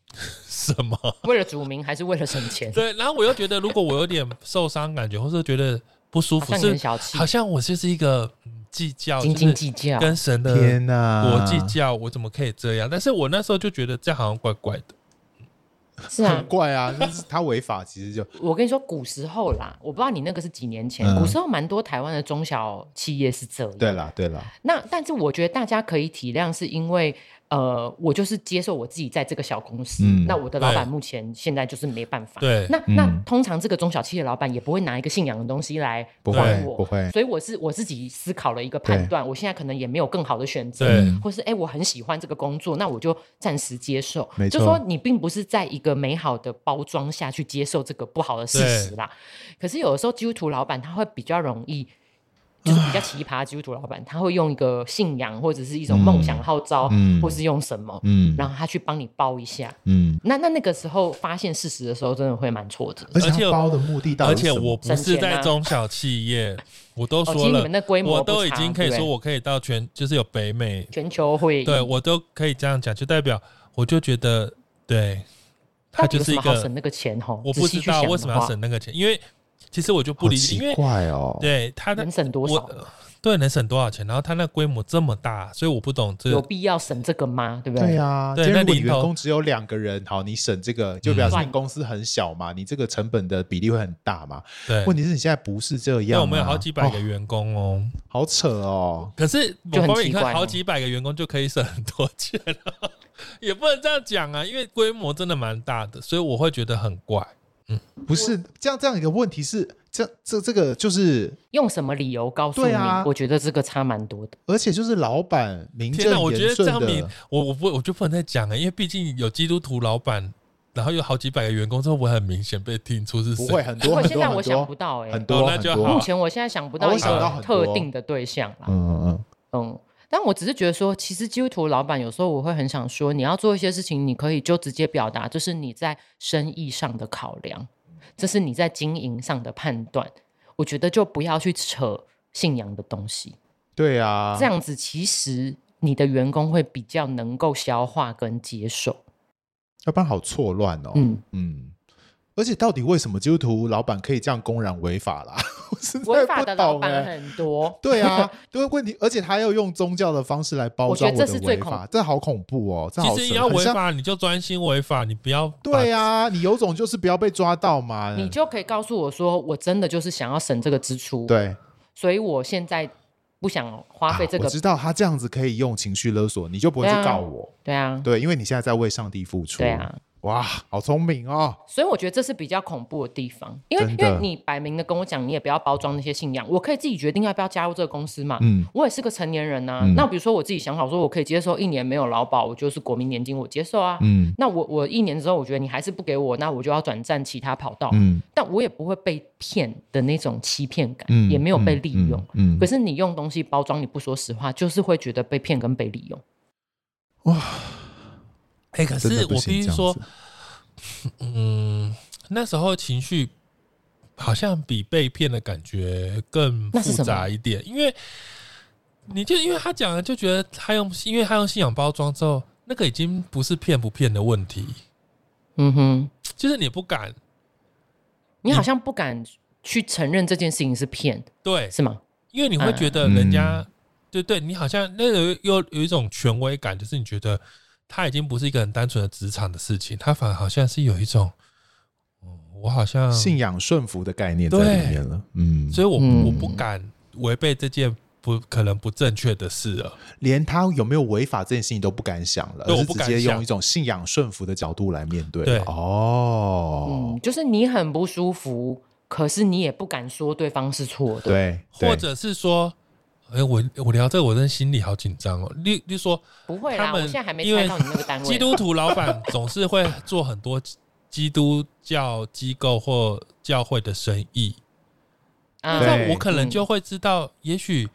什么。为了主名还是为了省钱？对，然后我又觉得，如果我有点受伤感觉，或是觉得不舒好服，像你是很小气好，像我就是一个、嗯计较，斤就斤是计较。跟神的天哪，国际教，我怎么可以这样？但是我那时候就觉得这样好像怪怪的。是啊很，怪啊，但是他违法，其实就我跟你说，古时候啦，我不知道你那个是几年前，嗯古时候蛮多台湾的中小企业是这样。对啦，对啦，那但是我觉得大家可以体谅，是因为呃，我就是接受我自己在这个小公司，嗯那我的老板对目前现在就是没办法。对，那那嗯通常这个中小企业老板也不会拿一个信仰的东西来不还会我，不会，所以我是我自己思考了一个判断，我现在可能也没有更好的选择，对或是哎、诶我很喜欢这个工作，那我就暂时接受。没错就说你并不是在一个美好的包装下去接受这个不好的事实啦。可是有的时候基督徒老板他会比较容易。就是比较奇葩的基督徒老板，他会用一个信仰或者是一种梦想号召，嗯或是用什么，嗯然后他去帮你包一下。嗯，那那那个时候发现事实的时候，真的会蛮挫折的。而且而且他包的目的到而底是且什么我不是省钱在啊中小企业，我都哦其说实你了们，那规模我不都已差经可以对不说对我可以到全，就是有北美，全球会议，对我都可以这样讲，就代表我就觉得，对，他到底就是有什一么好省个那个钱哈，我仔不细知去道想为什么的要话省那个钱，因为其实我就不好理解，因奇为怪哦，对他的能省多我呃少？对，能省多少钱？然后他那规模这么大，所以我不懂这有个。必要省这个吗？对不对对？啊，对今天那如果领员头工只有两个人，好，你省这个就表示嗯你公司很小嘛，你这个成本的比例会很大嘛。对，问题是你现在不是这因为样啊，我们有好几百个哦员工哦，好扯哦。可是某就很方面奇你看，怪好哦几百个员工就可以省很多钱了， 也不能这样讲啊，因为规模真的蛮大的，所以我会觉得很怪。不是这样，这样一个问题是，这这这个就是，用什么理由告诉对你？啊我觉得这个差蛮多的。而且就是老板名天哪，正我觉言得这顺样比的，我我不我就不能再讲啊了、因为毕竟有基督徒老板，然后有好几百个员工，之后我很明显被听出是谁。不会很不多过很现多在我很想多不到哎、很哦多那很就多好目，前我现在想不哦到我一想到个很多特定的对象啦。嗯嗯嗯，嗯，但我只是觉得说，其实基督徒老板有时候我会很想说，你要做一些事情，你可以就直接表达，这是你在生意上的考量，这是你在经营上的判断。我觉得就不要去扯信仰的东西，对啊，这样子其实你的员工会比较能够消化跟接受。要不然好错乱哦。嗯，嗯，而且到底为什么基督徒老板可以这样公然违法啦？ 我实在违法不的老懂板欸很多，对啊， 对问题，而且他要用宗教的方式来包我觉装得的这是最违恐法，这好恐怖哦！这好其实扯你要很违像法，你就专心违法，你不要把对啊，你有种就是不要被抓到嘛。你就可以告诉我说，我真的就是想要省这个支出，，对，所以我现在不想花费这啊个我，知道他这样子可以用情绪勒索，你就不会去对啊告我。对啊，对，因为你现在在为上帝付出。对啊，。哇，好聪明哦！所以我觉得这是比较恐怖的地方，因为真因的为你摆明的跟我讲，你也不要包装那些信仰，我可以自己决定要不要加入这个公司嘛。嗯，我也是个成年人呐、嗯那比如说我自己想好说，我可以接受一年没有劳保，我就是国民年金，我接受啊。嗯那我我一年之后，我觉得你还是不给我，那我就要转战其他跑道，嗯但我也不会被骗的那种欺骗感，嗯，也没有被利用。嗯，嗯可是你用东西包装，你不说实话，就是会觉得被骗跟被利用。哎、可真是的不我行必须这样说子，嗯，那时候情绪好像比被骗的感觉更那是复什么杂一点，因为你就因为他讲的，就觉得他用，因为他用信仰包装之后，那个已经不是骗不骗的问题，嗯哼，就是你不敢你好像不敢去承认这件事情是骗，对，是吗？因为你会觉得人家、对对你好像那有有有一种权威感，就是你觉得他已经不是一个很单纯的职场的事情，他反而好像是有一种，嗯，我好像信仰顺服的概念在里面了。嗯，所以我、嗯我不敢违背这件不可能不正确的事了。连他有没有违法这件事情都不敢想了，对而我是不直敢接想用一种信仰顺服的角度来面对。对哦嗯，，就是你很不舒服，可是你也不敢说对方是错的。对，对或者是说，哎、我我聊这个，我真的心里好紧张哦。例例如说，不会他啦，们我现在还没因为猜到你那个单位。基督徒老板总是会做很多基督教机构或教会的生意，啊，那对我可能就会知道，也许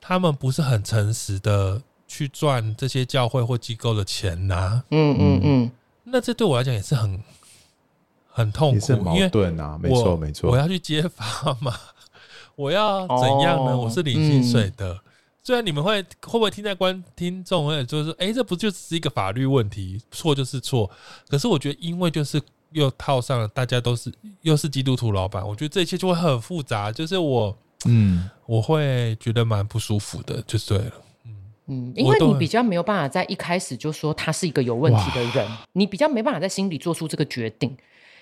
他们不是很诚实的去赚这些教会或机构的钱呐、嗯嗯嗯，那这对我来讲也是很很痛也是很苦，因矛为。盾啊，没我错没错我。要去揭发嘛， 我要怎样呢？哦我是领薪水嗯的。虽然你们会会不会听在观听众会就是说，哎、这不就是一个法律问题，错就是错。可是我觉得，因为就是又套上了，大家都是又是基督徒老板，我觉得这一切就会很复杂。就是我嗯，我会觉得蛮不舒服的，就对了。嗯，我因为懂你了比较没有办法在一开始就说他是一个有问题的人，你比较没办法在心里做出这个决定，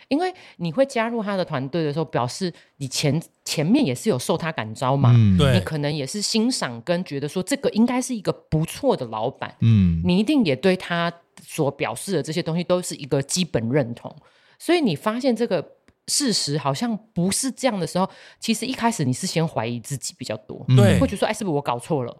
因为你会加入他的团队的时候，表示你前前面也是有受他感召嘛，嗯，对你可能也是欣赏跟觉得说这个应该是一个不错的老板，嗯，你一定也对他所表示的这些东西都是一个基本认同，所以你发现这个事实好像不是这样的时候，其实一开始你是先怀疑自己比较多，嗯对会觉得说，哎，是不是我搞错了？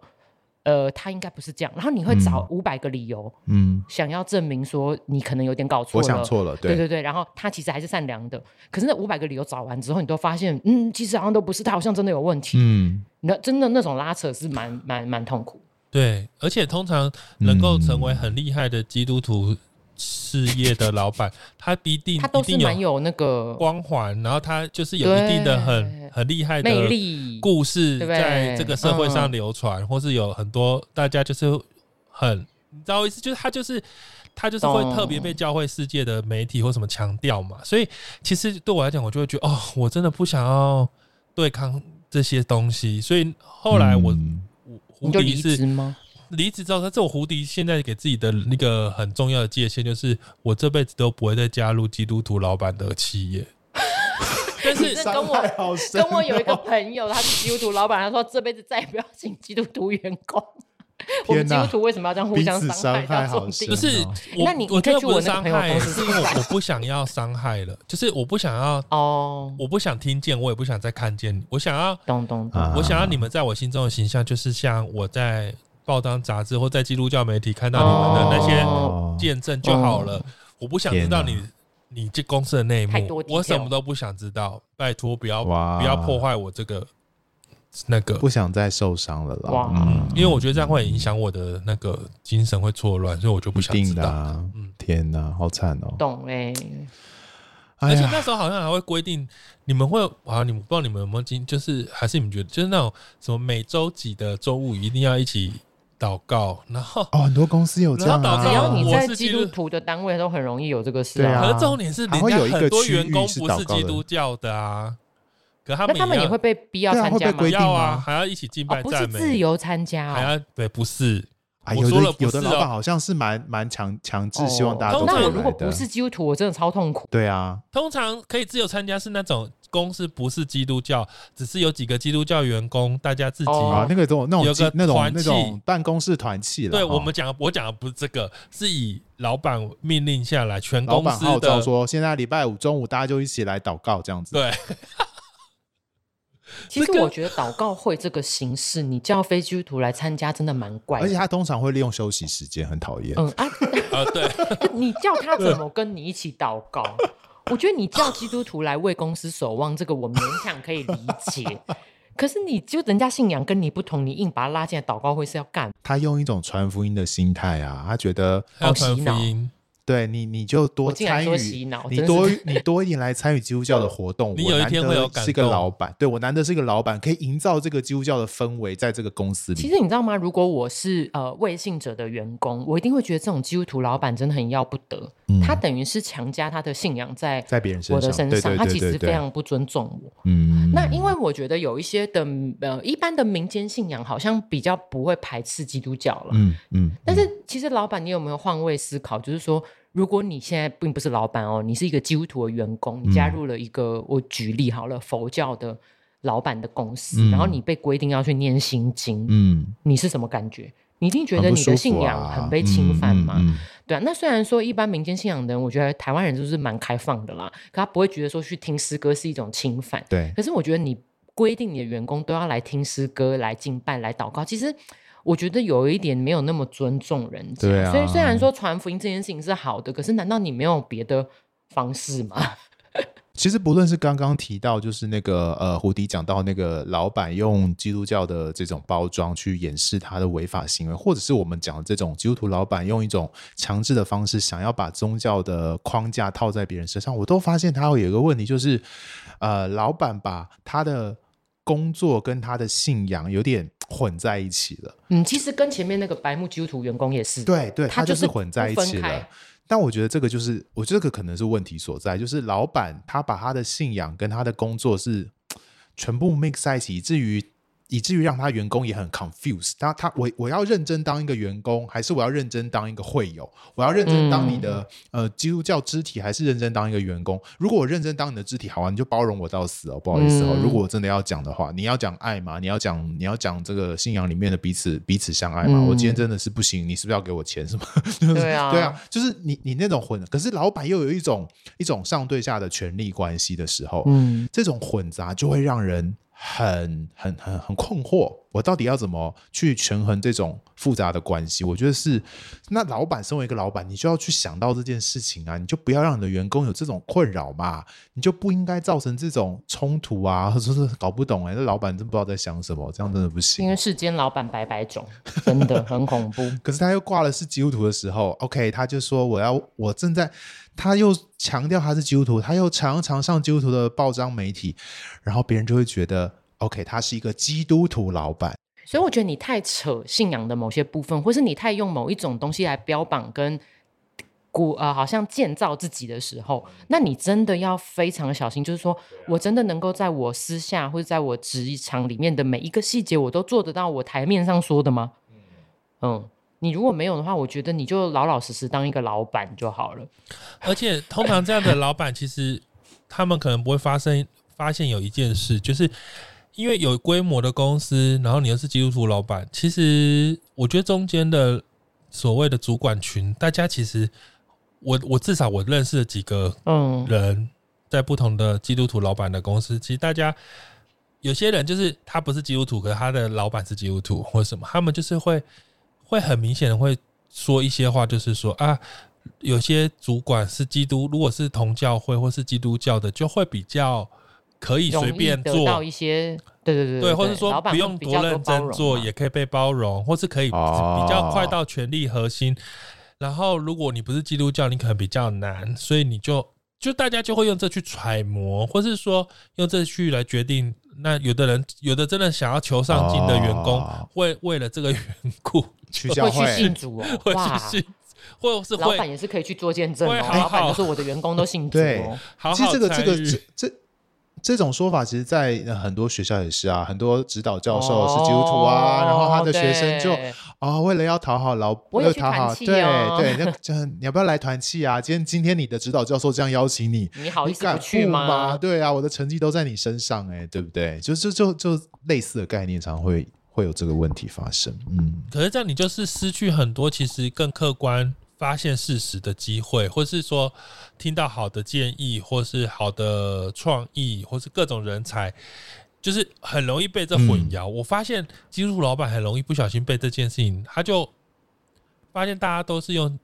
呃，他应该不是这样，然后你会找五百个理由、嗯，想要证明说你可能有点搞错我了，想错了，对对，对对，然后他其实还是善良的，可是那五百个理由找完之后，你都发现，嗯，其实好像都不是，他好像真的有问题，嗯，那真的那种拉扯是蛮蛮蛮痛苦。对，而且通常能够成为很厉害的基督徒事业的老板，他必定他都一是定有蛮有那个光环，然后他就是有一定的很对很厉害的魅力，故事，对不对在这个社会上流传，或是有很多大家就是很，你知道我意思，就是他就是他就是会懂特别被教会世界的媒体或什么强调嘛，所以其实对我来讲，我就会觉得哦，我真的不想要对抗这些东西，所以后来我、嗯我胡你就迪离职是吗？离职之后，他这种胡迪现在给自己的那个很重要的界限就是，我这辈子都不会再加入基督徒老板的企业。但是这跟我伤害好深 跟我有一个朋友，他是基督徒老板，他说这辈子再也不要请基督徒员工。 我们基天哪啊督徒为什么要这样互彼相此伤伤害到这种好地 深不步？是哦我，那你我觉你可以得去不我是那伤个朋友害，公司是因为我不想要伤害了， 就是我不想要，哦，我不想听见，我也不想再看见你，我想要懂懂懂，啊我想要你们在我心中的形象，就是像我在报章杂志或在基督教媒体看到你们的那哦些见证就好了。我不想知道你天你这公司的内太多幕， detail 我什么都不想知道。拜托，不要哇不要破坏我这个那个不，想再受伤了啦。哇嗯，因为我觉得这样会影响我的那个精神会错乱，所以我就不一想知定的道。啊嗯！天哪，好惨哦！懂哎、哎而且呀，那时候好像还会规定，你们会啊，你们不知道你们有没有经，就是还是你们觉得就是那种什么每周几的周五一定要一起祷告，然后哦，很多公司有这样然后导啊，只致要你我在哦是基基督督徒的单位都很容易有这个事对啊可是重点是，还人会家有一个很多区域员工是不祷是告基的督教的啊，可他那们他们也要会被逼要对啊参会加被吗？规定要啊，吗还要一起敬哦，拜不是赞美，自由参加还哦。要对，不是。啊，我有说了的不有是的哦老板好像是蛮蛮强强制，希望大家哦通都这常那样我来如果的不是基督徒，我真的超痛苦。对啊，通常可以自由参加是那种公司不是基督教，只是有几个基督教员工，大家自己。哦啊，那个种那有种个集那种团那契种办公室团契了。对哦我们讲的，我讲的不是这个，是以老板命令下来，全哦老公板司号召的说，现在礼拜五中午大家就一起来祷告这样子。对，其实这个我觉得祷告会这个形式，你叫非基督徒来参加，真的蛮怪而且的。他通常会利用休息时间，很讨厌。嗯啊， 呃，对，你叫他怎么跟你一起祷 告？我觉得你叫基督徒来为公司守望，这个我勉强可以理解。 可是你就人家信仰跟你不同，你硬把他拉进来祷告会是要干嘛？他用一种传福音的心态啊，他觉得还有好洗传福脑音，对你，你就多我竟然参说洗与脑，你真是多你多一点来参与基督教的活动。 你我有一难天得会有感是个动老板，对我难得是个老板，可以营造这个基督教的氛围，在这个公司其里。实你知道吗？如果我是呃卫信者的员工，我一定会觉得这种基督徒老板真的很要不得。他等于是强加他的信仰在嗯在别人身我上，的身对上，对他对其对实对，非常不尊重我。嗯，那因为我觉得有一些的呃一般的民间信仰好像比较不会排斥基督教了，嗯嗯，但是其实老板，你有没有换位思考？就是说，如果你现在并不是老板哦，你是一个基督徒的员工，嗯你加入了一个、我举例好了佛教的老板的公司，嗯然后你被规定要去念心经，嗯，你是什么感觉？你一定觉很得不你的舒信服仰啊很被侵犯嘛？嗯嗯嗯对啊，那虽然说一般民间信仰的人，我觉得台湾人就是蛮开放的啦，可他不会觉得说去听诗歌是一种侵犯。对，可是我觉得你规定你的员工都要来听诗歌、来敬拜、来祷告，其实我觉得有一点没有那么尊重人家。对啊所以虽然说传福音这件事情是好的，可是难道你没有别的方式吗？其实不论是刚刚提到，就是那个呃，胡迪讲到那个老板用基督教的这种包装去掩饰他的违法行为，或者是我们讲的这种基督徒老板用一种强制的方式，想要把宗教的框架套在别人身上，我都发现他会有一个问题，就是呃，老板把他的工作跟他的信仰有点混在一起了。嗯，其实跟前面那个白目基督徒员工也是，对对，他他就是混在一不分起了开。但我觉得这个就是，我觉得这个可能是问题所在，就是老板他把他的信仰跟他的工作是全部 mix 在一起，以至于以至于让他员工也很 confused 他。他我我要认真当一个员工，还是我要认真当一个会友？我要认真当你的、嗯呃基督教肢体，还是认真当一个员工？如果我认真当你的肢体，好啊，你就包容我到死哦，不好意思哦。嗯如果我真的要讲的话，你要讲爱嘛，你要讲你要讲这个信仰里面的彼此彼此相爱嘛。嗯我今天真的是不行，你是不是要给我钱？是吗？ 就是对啊对啊，就是你你那种混，可是老板又有一种一种上对下的权力关系的时候，嗯，这种混杂就会让人很很很很困惑，我到底要怎么去权衡这种复杂的关系？我觉得是，那老板身为一个老板，你就要去想到这件事情啊，你就不要让你的员工有这种困扰嘛，你就不应该造成这种冲突啊， 或者是搞不懂哎、那老板真不知道在想什么，这样真的不行因。为世间老板百百种，真的很恐怖。可是他又挂了是基督徒的时候，OK，他就说我要我正在，他又强调他是基督徒，他又常常上基督徒的报章媒体，然后别人就会觉得 OK，他是一个基督徒老板，所以我觉得你太扯信仰的某些部分，或是你太用某一种东西来标榜跟鼓呃，好像建造自己的时候，那你真的要非常小心。就是说我真的能够在我私下或者在我职场里面的每一个细节，我都做得到我台面上说的吗？嗯，你如果没有的话，我觉得你就老老实实当一个老板就好了。而且通常这样的老板，其实他们可能不会发生发现有一件事，就是因为有规模的公司，然后你又是基督徒老板，其实我觉得中间的所谓的主管群，大家其实我我至少我认识了几个嗯，人，在不同的基督徒老板的公司，其实大家有些人就是他不是基督徒，可是他的老板是基督徒或什么，他们就是会会很明显的会说一些话，就是说啊，有些主管是基督，如果是同教会或是基督教的，就会比较可以容随易便得到做一。些对对对对，或者说老板不会用比较多认真包容做，嘛也可以被包容，或是可以比哦较快到权力核心。然后，如果你不是基督教，你可能比较难，所以你就就大家就会用这去揣摩，或是说用这去来决定。那有的人，有的真的想要求上进的员工，哦会为了这个缘故 去就 教会去信会，主 会哦，哇，去信，或是老板也会是可以去做见证哦，会好老板好就说我的员工都信主对哦，好好其实这个这参个与这这这种说法，其实，在呃很多学校也是啊，很多指导教授是基督徒啊，哦然后他的学生就对啊、为了要讨好老，我为也了去讨好，团契哦对对，那就你要不要来团契啊？今天今天你的指导教授这样邀请你，你好意你思敢不去不吗？对啊，我的成绩都在你身上、哎，对不对？就就就就类似的概念，常会会有这个问题发生。嗯，可是这样你就是失去很多其实更客观发现事实的机会，或是说听到好的建议，或是好的创意，或是各种人才，就是很容易被这混淆。我发现基督徒老板很容易不小心被这件事情，他就发现大家都是用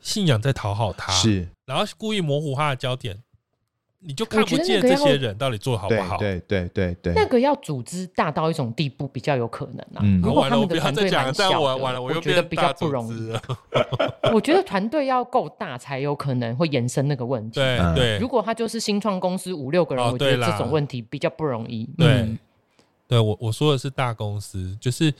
信仰在讨啊好他，是，然后故意模糊他的焦点，你就看我不觉得那见个这要些人到底做好对不好。对对对对，那个要组织大到一种地步比较有可能啊。嗯如好果完他了，我们不的要团再队讲蛮了，这样小完的，完了，我又觉变得得比较不容易。了。我觉得团队要够大才有可能会延伸那个问题。对嗯对，如果他就是新创公司五六个人，哦我觉得对啦这种问题比较不容易。对，嗯对我我说的是大公司，就是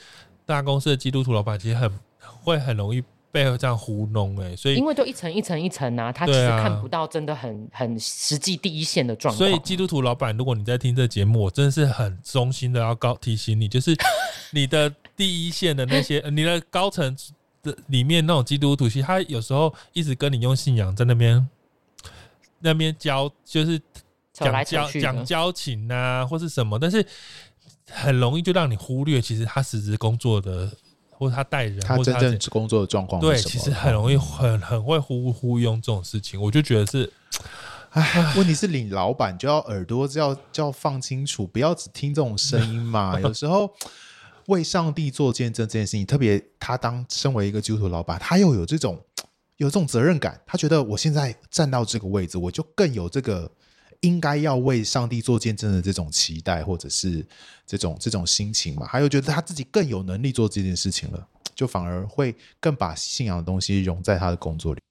大公司的基督徒老板其实很会很容易被这样糊弄哎、欸所以因为就一层一层一层啊，他其对实啊看不到真的很很实际第一线的状所况。以基督徒老板，如果你在听这节目，我真的是很衷心的要高提醒你，就是 你的第一线的那些呃你的高层的里面那种基督徒，其实他有时候一直跟你用信仰在那边那边教，就是扯来讲交扯去讲的，交情啊，或是什么，但是很容易就让你忽略，其实他实质工作的，或者他带人，他或者真他正怎工作的状况对，是其什实么？很容易很很会忽忽悠这种事情，我就觉得是哎，问题是领老板就要耳朵就要就要放清楚，不要只听这种声音嘛。 有时候为上帝做见证这件事情，特别他当身为一个基督徒老板，他又有这种有这种责任感，他觉得我现在站到这个位置，我就更有这个应该要为上帝做见证的这种期待，或者是这种这种心情嘛。还有觉得他自己更有能力做这件事情了，就反而会更把信仰的东西融在他的工作里。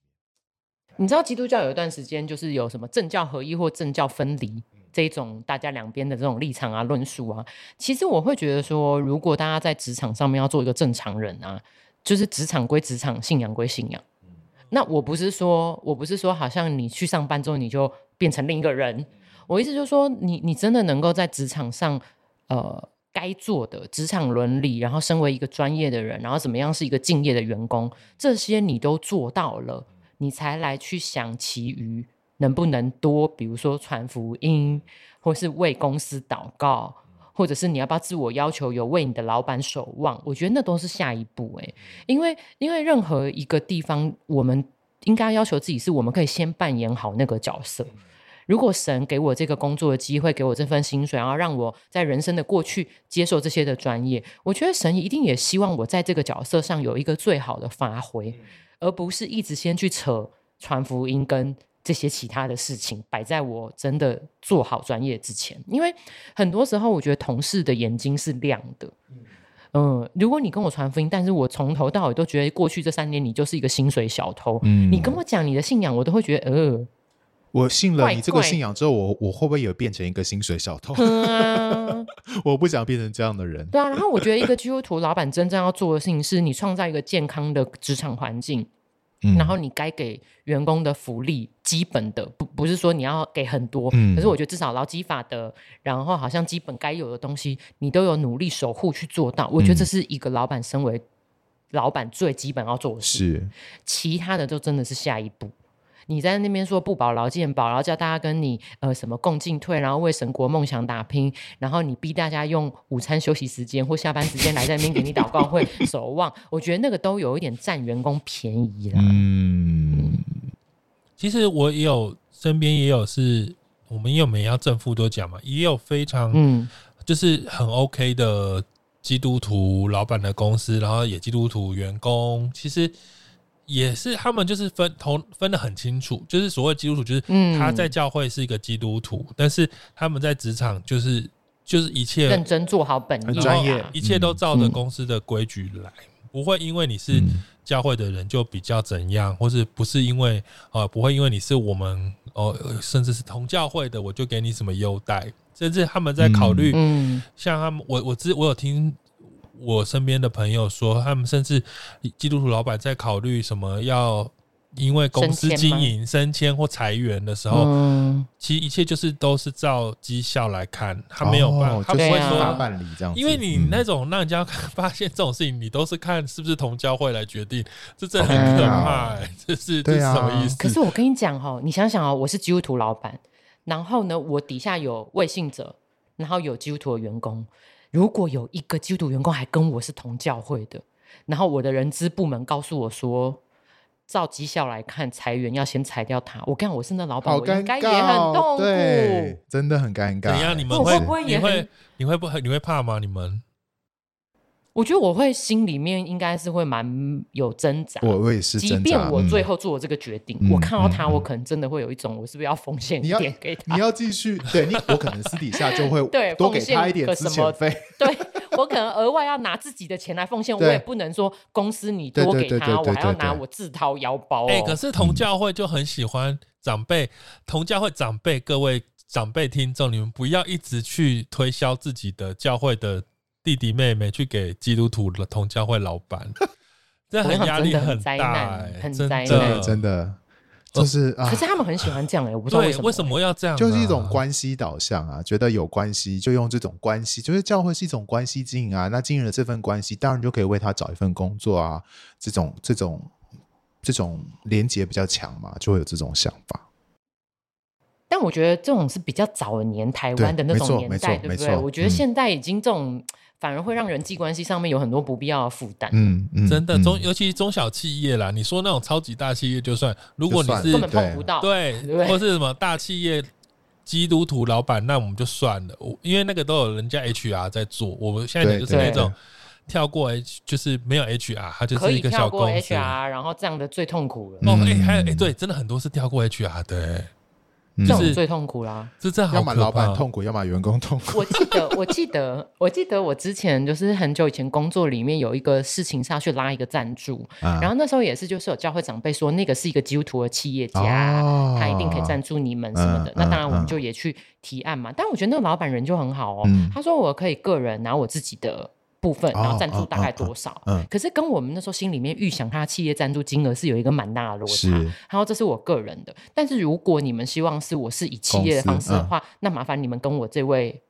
你知道基督教有一段时间就是有什么政教合一或政教分离这一种大家两边的这种立场啊、论述啊。其实我会觉得说，如果大家在职场上面要做一个正常人啊，就是职场归职场，信仰归信仰。那我不是说，我不是说，好像你去上班之后你就变成另一个人。我意思就是说，你你真的能够在职场上，呃，该做的职场伦理，然后身为一个专业的人，然后怎么样是一个敬业的员工，这些你都做到了，你才来去想其余能不能多，比如说传福音，或是为公司祷告。或者是你要不要自我要求有为你的老板守望？我觉得那都是下一步诶、因为因为任何一个地方，我们应该要求自己是我们可以先扮演好那个角色。如果神给我这个工作的机会，给我这份薪水，然后让我在人生的过去接受这些的专业，我觉得神一定也希望我在这个角色上有一个最好的发挥，而不是一直先去扯传福音跟这些其他的事情摆在我真的做好专业之前。因为很多时候，我觉得同事的眼睛是亮的。嗯，如果你跟我传福音，但是我从头到尾都觉得过去这三年你就是一个薪水小偷，嗯你跟我讲你的信仰，我都会觉得呃。我信了怪你这个怪信仰之后，我我会不会也变成一个薪水小偷？嗯啊， 我不想变成这样的人。对啊，然后我觉得一个基督徒老板真正要做的事情是，你创造一个健康的职场环境，嗯然后你该给员工的福利基本的，不不是说你要给很多，嗯可是我觉得至少劳基法的，然后好像基本该有的东西，你都有努力守护去做到。我觉得嗯这是一个老板身为老板最基本要做的事，是其他的就真的是下一步。你在那边说不保劳健保，然后叫大家跟你呃什么共进退，然后为神国梦想打拼，然后你逼大家用午餐休息时间或下班时间来这边给你祷告会 守望，我觉得那个都有一点占员工便宜啦。嗯其实我也有身边也有是，我们也有每要正负都讲嘛，也有非常嗯就是很 OK 的基督徒老板的公司，然后也基督徒员工，其实也是他们就是分头分的很清楚，就是所谓基督徒，就是嗯他在教会是一个基督徒，但是他们在职场就是就是一切嗯认真做好本很业，专业一切都照着公司的规矩来，不会因为你是嗯教会的人就比较怎样，或是不是因为呃不会因为你是我们哦、呃甚至是同教会的，我就给你什么优待，甚至他们在考虑、嗯，像他们，我我知我有听我身边的朋友说，他们甚至基督徒老板在考虑什么要因为公司升迁吗经营升迁或裁员的时候，嗯，其实一切就是都是照绩效来看，他没有办法，哦他就不是会对啊说。法办理这样子，因为你那哦嗯种让人家 发现这种事情，你都是看是不是同教会来决定，这真的很可怕、欸， 这是这是哦啊对啊什么意思？可是我跟你讲哦，你想想哦，我是基督徒老板，然后呢，我底下有未信者，然后有基督徒的员工，如果有一个基督徒员工还跟我是同教会的，然后我的人资部门告诉我说。照绩效来看，裁员要先裁掉他。我跟你讲，我是那老板，好我应尴该尬也很哦，痛苦对。，真的很尴尬。怎样？你们我会会不会你也会很你会不会你会怕吗？你们我觉得我会心里面应该是会蛮有挣扎。我我也是挣扎，即便我最嗯后做了这个决定，嗯我看到他，嗯嗯我可能真的会有一种，我是不是要奉献你一要点给他？你要继续，对你，我可能私底下就会对多给奉献他一点个资什遣么费， 对我可能额外要拿自己的钱来奉献，我对也不能说公司你对多对给对他，对我对还要对拿对我自掏腰包哦。哎、可是同教会就很喜欢长辈，同教会长辈，各位长辈听众，你们不要一直去推销自己的教会的弟弟妹妹去给基督徒的同教会老板， 这我很想压真力的很灾大、难哎很真灾真难的的真的就是哦啊可，是他们很喜欢这样哎，我不知道对，什么。为什么要这样、啊就是一种。关系导向啊，觉得有关系就用这种关系，就是教会是一种关系经营啊。那经营了这份关系，当然就可以为他找一份工作啊。这种这种这种连结比较强嘛，就会有这种想法。但我觉得这种是比较早的年台湾的对那没错种年代，没错对不没对？错我觉得嗯现在已经这种反而会让人际关系上面有很多不必要的负担。嗯嗯，真的嗯中，尤其是中小企业啦，你说那种超级大企业就算，如果你就算是根本碰对不到，对对不，对或是什么大企业基督徒老板，那我们就算了，我因为那个都有人家 HR 在做，我们现在讲对就是那对种跳过 H，就是没有 HR，它就可是一以个跳小过公司。 HR，然后这样的最痛苦了，哦，哎、嗯还有哎、对，真的很多是跳过 HR 的、欸，嗯这是种最痛苦啦。这真的好要可怕哦么老板痛苦，要么员工痛 苦。我记得，我记得，我记得我之前就是很久以前工作里面有一个事情是要去拉一个赞助，啊然后那时候也是就是有教会长辈说那个是一个基督徒的企业家，哦啊他一定可以赞助你们什么的。嗯那当然嗯我们就也去提案嘛，但我觉得那个老板人就很好哦，嗯哦他说我可以个人拿我自己的部分，然后赞助大概多少。嗯，可是跟我们那时候心里面预想，他的企业赞助金额是有一个蛮大的落差。是然后这是我个人的，但是如果你们希望是我是以企业的方式的话，那麻烦你们跟我这位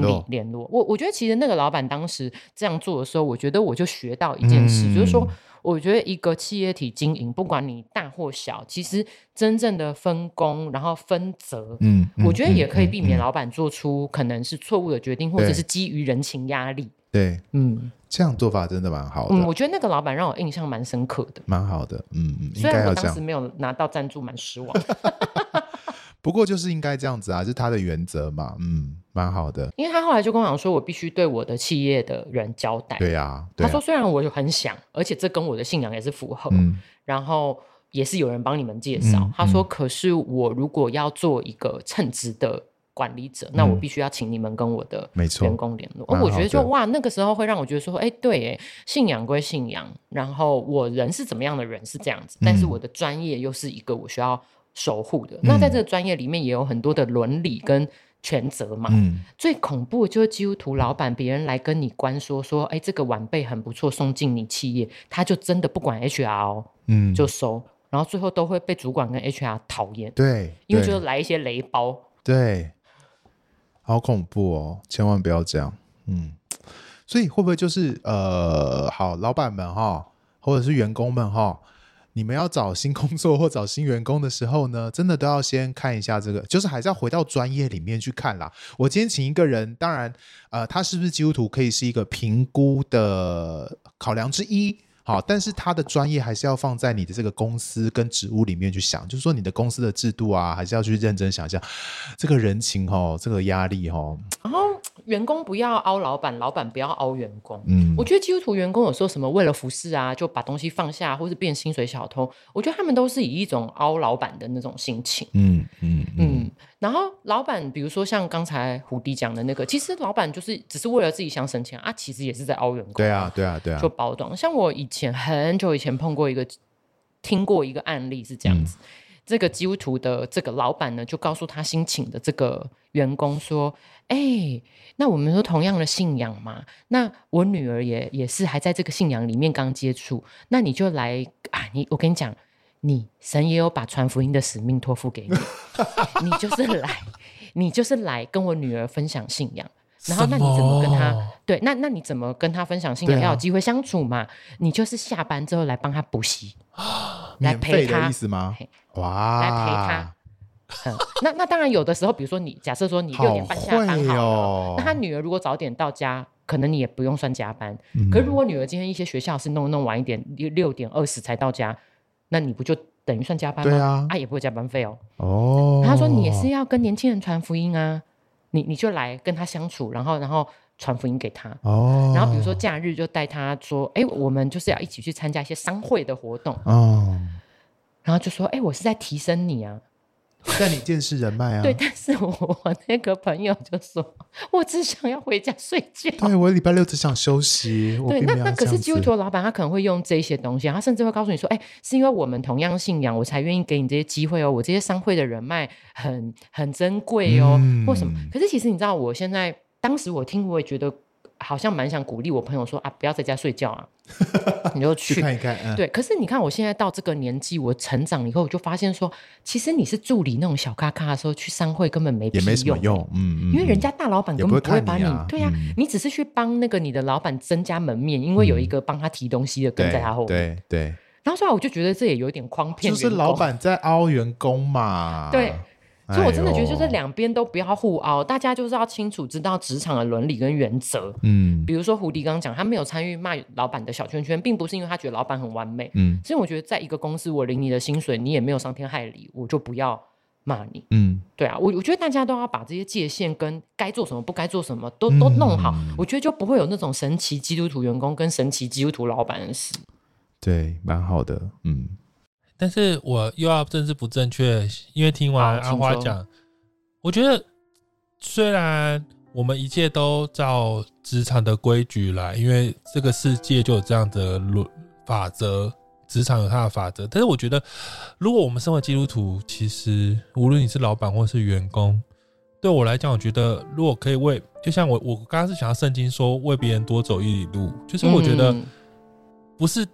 嗯联理络联络。我我觉得其实那个老板当时这样做的时候，我觉得我就学到一件事，就是说嗯，我觉得一个企业体经营，不管你大或小，其实真正的分工，然后分责。嗯，嗯我觉得也可以避免嗯嗯老板做出可能是错误的决定，或者对是基于人情压力。对嗯这样做法真的蛮好嗯，的，我觉得那个老板让我印象蛮深刻的，蛮好的。嗯嗯，应虽然该我要这当时样。没有拿到赞助，蛮失望的。不过就是应该这样子啊，是他的原则嘛。嗯，蛮好的。因为他后来就跟我讲说，我必须对我的企业的人交代。对呀，对哎他啊。说，虽然我很想，而且这跟我的信仰也是符合，嗯然后也是有人帮你们介绍。嗯他说，嗯可是我如果要做一个称职的管理者，那我必须要请你们跟我的嗯没错员工联络。哦蛮好我觉得就的哇，那个时候会让我觉得说，哎，对，哎，信仰归信仰，然后我人是怎么样的人是这样子，但是嗯嗯我的专业又是一个我需要守护的。那在这个专业里面也有很多的伦理跟全责嘛。嗯，最恐怖的就是基督徒老板，别人来跟你官说说，哎，这个晚辈很不错，送进你企业，他就真的不管 HR 哦嗯，就收，然后最后都会被主管跟 HR 讨厌，对，因为对就来一些雷包。对，好恐怖哦！千万不要这样。嗯，所以会不会就是呃，好，老板们哈，或者是员工们哈，你们要找新工作或找新员工的时候呢，真的都要先看一下这个，就是还是要回到专业里面去看啦。我今天请一个人，当然呃，他是不是基督徒可以是一个评估的考量之一。好，但是他的专业还是要放在你的这个公司跟职务里面去想，就是说你的公司的制度啊，还是要去认真想一下这个人情哦，这个压力哦，然后员工不要凹老板，老板不要凹员工。嗯我觉得基督徒员工有时候什么为了服侍啊，就把东西放下，或是变薪水小偷，我觉得他们都是以一种凹老板的那种心情。嗯嗯嗯，然后老板，比如说像刚才胡迪讲的那个，其实老板就是只是为了自己想省钱啊，其实也是在凹员工。对啊，对啊对啊就，包装。像我以前很久以前碰过一个，听过一个案例是这样子：这个基督徒的这个老板呢，就告诉他新请的这个员工说：“哎、那我们说同样的信仰嘛，那我女儿也也是还在这个信仰里面刚接触，那你就来啊，你我跟你讲。”你神也有把传福音的使命托付给你，你就是来，你就是来跟我女儿分享信仰。然后那你怎么跟他什么对，那那你怎么跟他分享信对仰？啊要有机会相处嘛。你就是下班之后来帮他补习，来免费陪的他意。思吗嘿？哇，来陪他嗯，那那当然有的时候，比如说你假设说你六点半下班好了，好会哦那他女儿如果早点到家，可能你也不用算加班。嗯可是如果女儿今天一些学校是弄弄晚一点，六六点二十才到家，那你不就等于算加班吗？对啊也不会加班费哦。哦，他说你也是要跟年轻人传福音啊，你你就来跟他相处，然后然后传福音给他。哦，然后比如说假日就带他说，哎，我们就是要一起去参加一些商会的活动，哦，然后就说，哎，我是在提升你啊，但你见识人脉啊， 对，但是我我那个朋友就说，我只想要回家睡觉。对我礼拜六只想休息，我对，并那没有那可这是样基督子徒老板他可能会用这些东西，他甚至会告诉你说，哎，是因为我们同样信仰，我才愿意给你这些机会哦，我这些商会的人脉很很珍贵哦，或什么嗯。可是其实你知道，我现在当时我听我也觉得好像蛮想鼓励我朋友说啊，不要在家睡觉啊，你就去看一看，嗯，对，可是你看，我现在到这个年纪，我成长以后，我就发现说，其实你是助理那种小咖咖的时候，去商会根本没也没屁什么欸用，嗯，嗯因为人嗯家大老板也根不会本不会看把你你，啊对呀、嗯你只是去帮那个你的老板增加门面，因为有一个帮他提东西的跟在他后面。嗯对对，然后所以我就觉得这也有点诓对骗，就是老。板在凹员工嘛，对哎呦， 所以我真的觉得就是两边都不要互凹，大家就是要清楚知道职场的伦理跟原则。嗯比如说胡迪刚讲，他没有参与骂老板的小圈圈，并不是因为他觉得老板很完美，嗯所以我觉得，在一个公司，我领你的薪水，你也没有伤天害理，我就不要骂你。嗯，对啊，我我觉得大家都要把这些界限跟该做什么、不该做什么都都弄好，嗯我觉得就不会有那种神奇基督徒员工跟神奇基督徒老板的事。对，蛮好的，嗯。但是我又要政治不正确，因为听完好阿花请说讲，我觉得虽然我们一切都照职场的规矩来，因为这个世界就有这样的伦法则，职场有它的法则。但是我觉得，如果我们身为基督徒，其实无论你是老板或是员工，对我来讲，我觉得如果可以为，就像我我刚刚是想要圣经说为别人多走一里路，就是我觉得。嗯不是，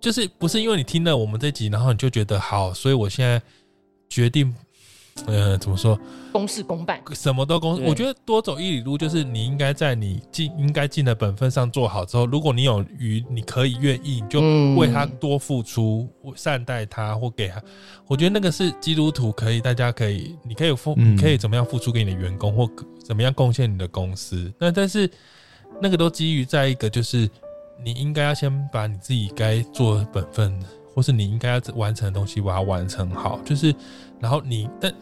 就是不是因为你听了我们这集，然后你就觉得好，所以我现在决定，呃，怎么说，公事公办，什么都公。对我觉得多走一里路，就是你应该在你尽应该尽的本分上做好之后，如果你有余，你可以愿意，你就嗯为他多付出，善待他或给他。我觉得那个是基督徒可以，大家可以，你可以付，嗯你可以怎么样付出给你的员工，或怎么样贡献你的公司。那但是那个都基于在一个就是你应该要先把你自己该做的本分，或是你应该要完成的东西把它完成好，就是然后你但。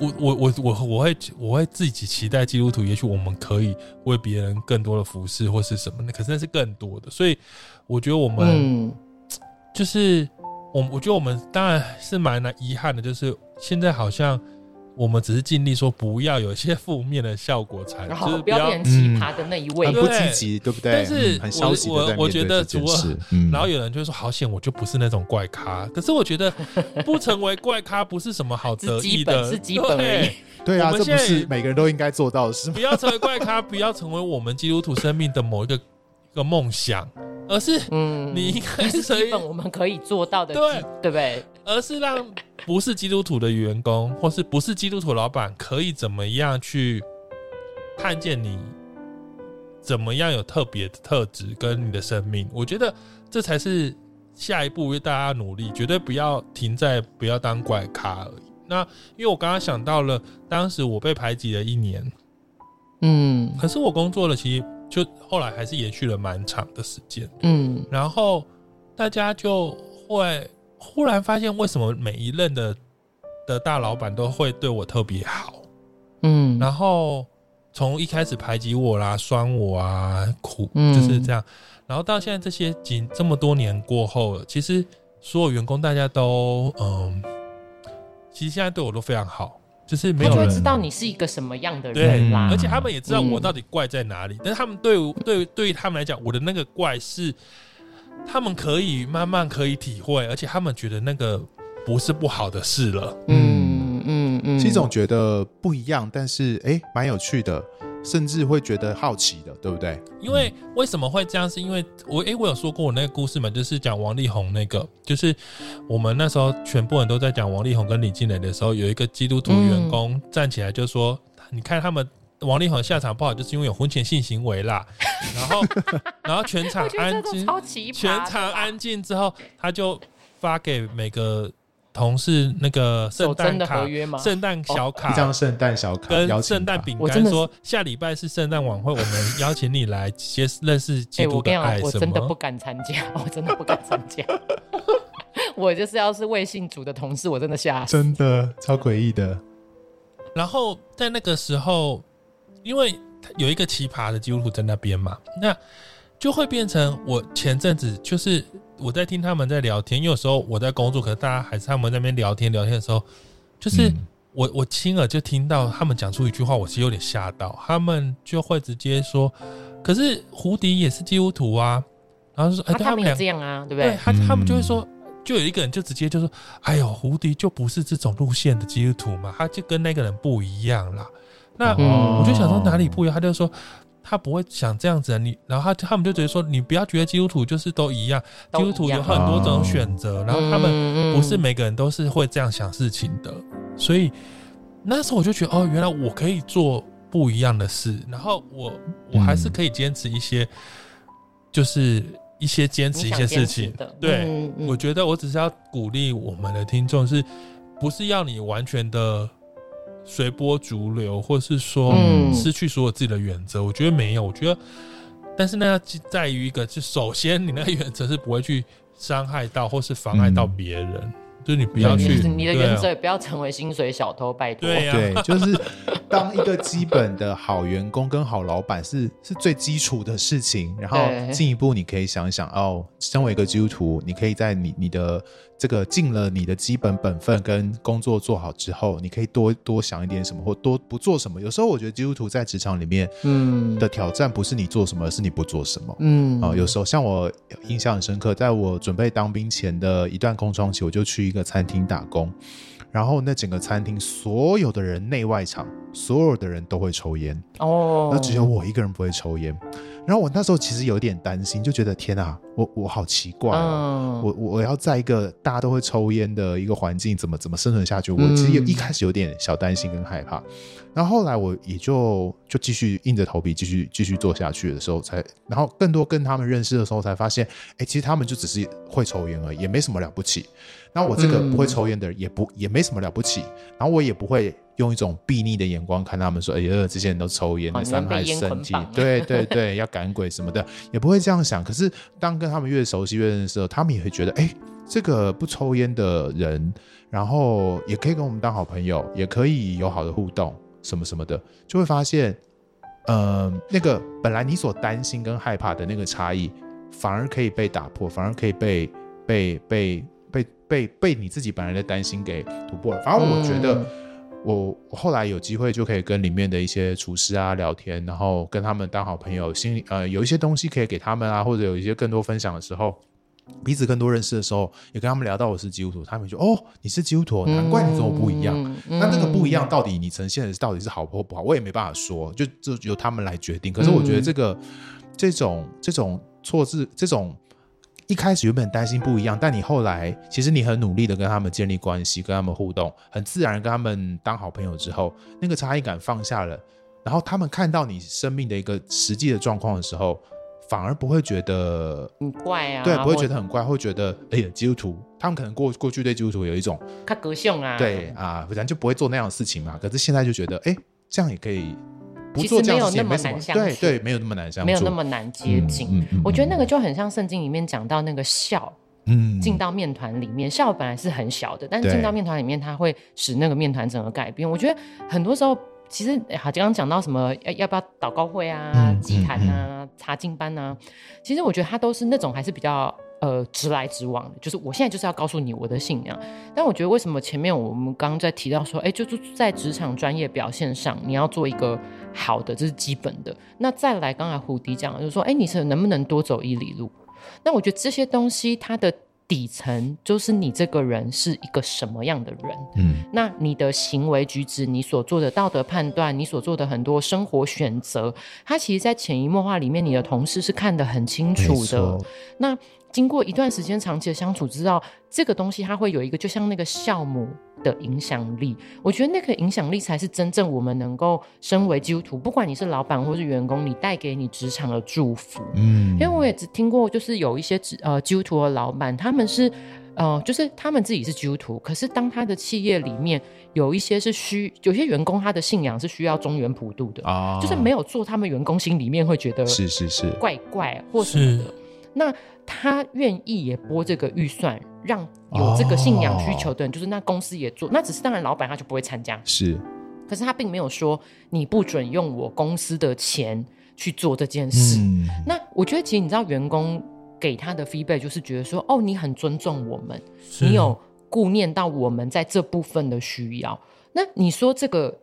我我我我我会我会自己期待基督徒，也许我们可以为别人更多的服侍或是什么，那可是那是更多的，所以我觉得我们嗯，就是我我觉得我们当然是蛮难遗憾的，就是现在好像我们只是尽力说不要有一些负面的效果产然生，就后是哦嗯不要变成奇葩的那一位很啊对不积极，对不对？但是嗯很消极我的在我我面觉对得这件除了事。嗯然后有人就会说：“好险，我就不是那种怪咖。”可是我觉得不成为怪咖不是什么好得意的，是基本是基本而已对，对啊，我们这不现是在每个人都应该做到的事吗不？要成为怪咖，不要成为我们基督徒生命的某一个一个梦想，而是嗯，你应该是成基 为，本我们可以做到的，对对不对？而是让不是基督徒的员工或是不是基督徒老板可以怎么样去看见你。怎么样有特别的特质跟你的生命？我觉得这才是下一步为大家努力，绝对不要停在不要当怪咖而已。那因为我刚刚想到了，当时我被排挤了一年，嗯可是我工作了，其实就后来还是延续了蛮长的时间。嗯然后大家就会忽然发现，为什么每一任的的大老板都会对我特别好？嗯，然后从一开始排挤我啦、酸我啊、苦，嗯就是这样。然后到现在这些仅这么多年过后，其实所有员工大家都嗯，其实现在对我都非常好，就是没有他就会人知道你是一个什么样的对人啦而。且他们也知道我嗯到底怪在哪里，但是他们对我对对于他们来讲，我的那个怪是他们可以慢慢可以体会，而且他们觉得那个不是不好的事了。嗯嗯嗯，是一种觉得不一样，但是哎，蛮有趣的，甚至会觉得好奇的，对不对？因为为什么会这样？是因为我诶、我有说过我那个故事嘛，就是讲王力宏那个，就是我们那时候全部人都在讲王力宏跟李静蕾的时候，有一个基督徒员嗯工站起来就说：“你看他们王力宏下场不好，就是因为有婚前性行为 啦。”然后，然后全场我觉得安这个静，超奇葩，全场安静之后，他就发给每个同事那个圣手诞真的卡合、约吗？哦圣诞小一卡。张圣诞小卡，邀啊跟请圣诞卡饼我真干的说，下礼拜是圣诞晚会，我们邀请你来接认识基哎，督我跟你的讲爱，，我什真的不么？敢参加， 我真的不敢参加。 我就是要是魏信主的同事，我真的吓死。真的超诡异的，然后在那个时候，因为有一个奇葩的基督徒在那边嘛，那就会变成我前阵子就是我在听他们在聊天，因为有时候我在工作，可是大家还是他们在那边聊天聊天的时候，就是。嗯我我亲耳就听到他们讲出一句话，我是有点吓到。他们就会直接说：“可是胡迪也是基督徒啊。”然后就说：“哎、啊对他们们两也个这样啊，对不对对？他他们就会嗯说，就有一个人就直接就说：“哎呦，胡迪就不是这种路线的基督徒嘛，他就跟那个人不一样啦。”那嗯我就想说哪里不一样，他就说他不会想这样子啊。你然后他他们就直接说你不要觉得基督徒就是都一样，基都督徒一样有很多种选择，然后他们们不是每个人都是会这样想事情的，所以那时候我就觉得，哦，原来我可以做不一样的事，然后我我还是可以坚持一些，就是一些坚持一些事情。的，对嗯嗯我觉得我只是要鼓励我们的听众，是不是要你完全的随波逐流，或是说嗯失去所有自己的原则？我觉得没有，我觉得，但是呢，在于一个，就首先你那个原则是不会去伤害到或是妨碍到嗯别人，就是你不要就去是你的对啊原则也不要成为薪水小偷，拜托。对啊呀、对，就是当一个基本的好员工跟好老板是是最基础的事情，然后对进一步你可以想一想哦，身为一个基督徒，你可以在你你的这个尽了你的基本本分跟工作做好之后，你可以多多想一点什么，或多不做什么。有时候我觉得基督徒在职场里面嗯的挑战不是你做什么，而是你不做什么。嗯啊、有时候像我印象很深刻，在我准备当兵前的一段空窗期，我就去一个餐厅打工，然后那整个餐厅所有的人内外场，所有的人都会抽烟，哦，那只有我一个人不会抽烟。然后我那时候其实有点担心，就觉得天啊，我我好奇怪哦。嗯我我我要在一个大家都会抽烟的一个环境，怎么怎么生存下去？我其实有嗯一开始有点小担心跟害怕，然后后来我也就就继续硬着头皮继续继续做下去的时候才，然后更多跟他们认识的时候才发现，哎，其实他们就只是会抽烟而已，也没什么了不起。那我这个嗯不会抽烟的人也不、也没什么了不起，然后我也不会。用一种睥睨的眼光看他们说：“哎呀，这些人都抽烟，哦你们伤害被烟身捆体。绑”对 对对，要赶鬼什么的。也不会这样想。可是当跟他们越熟悉越认识的时候，他们也会觉得，哎、这个不抽烟的人，然后也可以跟我们当好朋友，也可以有好的互动，什么什么的，就会发现，呃，那个本来你所担心跟害怕的那个差异，反而可以被打破，反而可以被被被被被被你自己本来的担心给突破了。反而我觉得。我我后来有机会就可以跟里面的一些厨师啊聊天，然后跟他们当好朋友，心里呃有一些东西可以给他们啊，或者有一些更多分享的时候，彼此更多认识的时候，也跟他们聊到我是基督徒，他们就哦你是基督徒，难怪你跟我不一样。嗯那这个不一样，嗯到底你呈现的到底是好或不好，我也没办法说，就就由他们来决定。可是我觉得这个、这种这种错字，这种一开始原本担心不一样，但你后来其实你很努力的跟他们建立关系，跟他们互动，很自然地跟他们当好朋友之后，那个差异感放下了，然后他们看到你生命的一个实际的状况的时候，反而不会觉得。很怪啊，对，不会觉得得很怪，会觉得哎呀，基督徒，他们可能过过去对基督徒有一种他格性啊，对，啊，咱就不会做那样的事情嘛。可是现在就觉得，哎，这样也可以不其做实这样的没有事情，那没么什么难相对处对，没有那么难相处，没有那么难接近。嗯。嗯嗯我觉得那个就很像圣经里面讲到那个孝嗯进到面团里面，孝本来是很小的，但是对进到面团里面，它会使那个面团整个改变。我觉得很多时候，其实哎好，刚刚讲到什么要要不要祷告会啊嗯、祭坛啊、查经班啊，其实我觉得它都是那种还是比较。呃，直来直往的，就是我现在就是要告诉你我的信仰。但我觉得为什么前面我们刚刚在提到说，哎，就是在职场专业表现上，你要做一个好的，这是基本的。那再来，刚才胡迪讲的就是说，哎，你是能不能多走一里路？那我觉得这些东西它的底层就是你这个人是一个什么样的人。嗯那你的行为举止、你所做的道德判断、你所做的很多生活选择，它其实，在潜移默化里面，你的同事是看得很清没楚的错。那经过一段时间长期的相处，知道这个东西它会有一个，就像那个酵母的影响力。我觉得那个影响力才是真正我们能够身为基督徒，不管你是老板或是员工，你带给你职场的祝福。嗯，因为我也只听过，就是有一些职呃基督徒的老板，他们是呃，就是他们自己是基督徒，可是当他的企业里面有一些是需，有些员工他的信仰是需要中原普渡的，啊，就是没有做，他们员工心里面会觉得是是是，怪怪或什么的。那他愿意也拨这个预算，让有这个信仰需求哦的人，就是那公司也做，那只是当然老板他就不会参加，是可是他并没有说你不准用我公司的钱去做这件事。嗯那我觉得，其实你知道，员工给他的 feedback 就是觉得说，哦，你很尊重我们，是你有顾念到我们在这部分的需要。那你说这个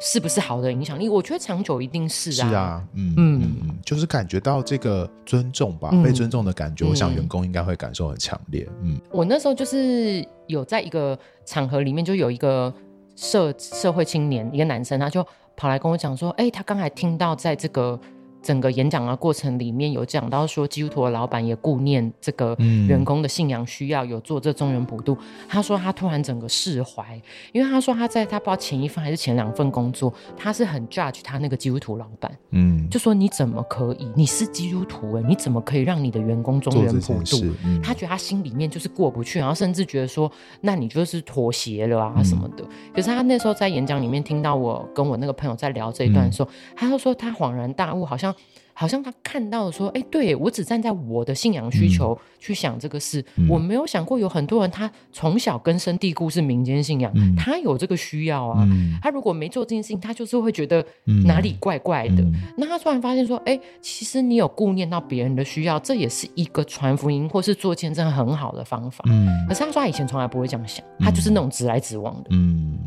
是不是好的影响力？我觉得长久一定是是啊。啊，嗯嗯嗯嗯，就是感觉到这个尊重吧，嗯被尊重的感觉，我想嗯员工应该会感受很强烈，嗯我那时候就是有在一个场合里面，就有一个社社会青年，一个男生，他就跑来跟我讲说，哎、他刚才听到在这个整个演讲的过程里面有讲到说，基督徒的老板也顾念这个嗯员工的信仰需要，有做这中原普渡。他说他突然整个释怀，因为他说他在他不知道前一份还是前两份工作，他是很 judge 他那个基督徒老板，嗯，就说你怎么可以？你是基督徒哎、你怎么可以让你的员工中做这原普件渡事？，嗯他觉得他心里面就是过不去，然后甚至觉得说，那你就是妥协了啊什么嗯的。可是他那时候在演讲里面听到我跟我那个朋友在聊这一段的时候，他就说他恍然大悟，好像好像他看到说，哎，对我只站在我的信仰需求去想这个事，嗯我没有想过有很多人他从小根深蒂固是民间信仰，嗯他有这个需要啊。嗯他如果没做这件事情，他就是会觉得嗯哪里怪怪的。嗯那他突然发现说，哎、其实你有顾念到别人的需要，这也是一个传福音或是做见证很好的方法。嗯可是他说他以前从来不会这样想，他嗯就是那种直来直往的。嗯，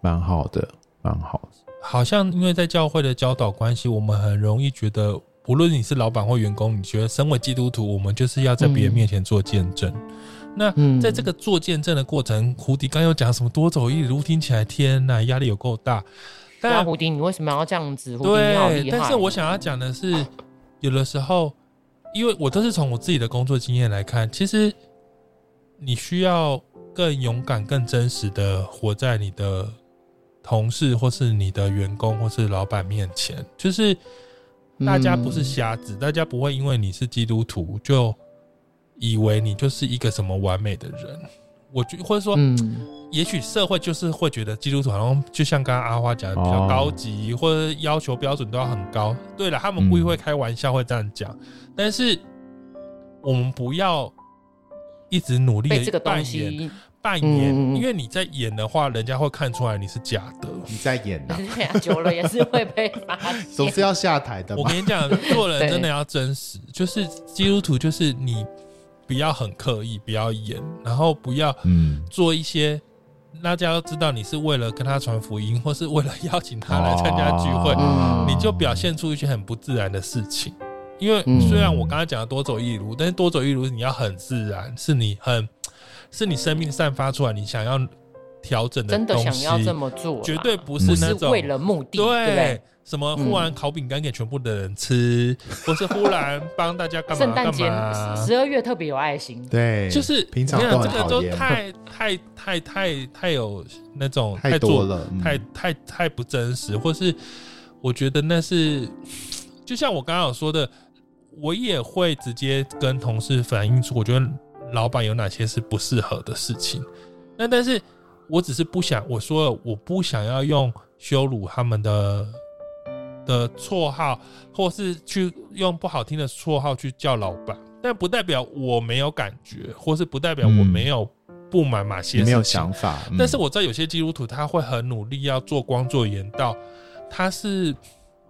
蛮好的，蛮好的，好像因为在教会的教导关系，我们很容易觉得，不论你是老板或员工，你觉得身为基督徒，我们就是要在别人面前做见证。那嗯在这个做见证的过程，胡迪刚又讲什么多走一里路，听起来天呐，压力有够大。对啊，但胡迪，你为什么要这样子？胡迪，你好对，厉害。但是我想要讲的是，有的时候，因为我都是从我自己的工作经验来看，其实你需要更勇敢、更真实的活在你的同事或是你的员工或是老板面前，就是嗯大家不是瞎子，大家不会因为你是基督徒就以为你就是一个什么完美的人。我觉或者说，嗯，也许社会就是会觉得基督徒好像就像刚刚阿花讲的比较高级，或者要求标准都要很高。对了，他们故意会开玩笑会这样讲，但是我们不要一直努力被这的个扮东演西，扮演，嗯嗯嗯因为你在演的话，人家会看出来你是假 的。你在演呐，对啊，久了也是会被发 现。总是要下台的我嘛跟，你讲，做人对真的要真实，就是基督徒就是你不要很刻意，不要演，然后不要嗯做一些大家都知道你是为了跟他传福音，或是为了邀请他来参加聚会，哦你就表现出一些很不自然的事情。因为嗯虽然我刚才讲的多走一路，但是多走一路你要很自然，是你很是你生命散发出来你想要调整的真的东西，想要这么做啦，绝对不不是那是种为了目的，对不对对？什么忽嗯然烤饼干给全部的人吃，或是忽然帮大家干嘛圣诞干节嘛，十二月特别有爱心，对，就是平常我跟你讲都很这个讨都厌，太太太太太有那种太做多了，嗯太太太不真实，或是我觉得那是，就像我刚刚有说的，我也会直接跟同事反映出，我觉得老板有哪些是不适合的事情。那但是我只是不想，我说了，我不想要用羞辱他们的的绰号，或是去用不好听的绰号去叫老板，但不代表我没有感觉，或是不代表我嗯没有不满哪些你没有事情想法。嗯但是我知道有些基督徒他会很努力要做光做盐道，他是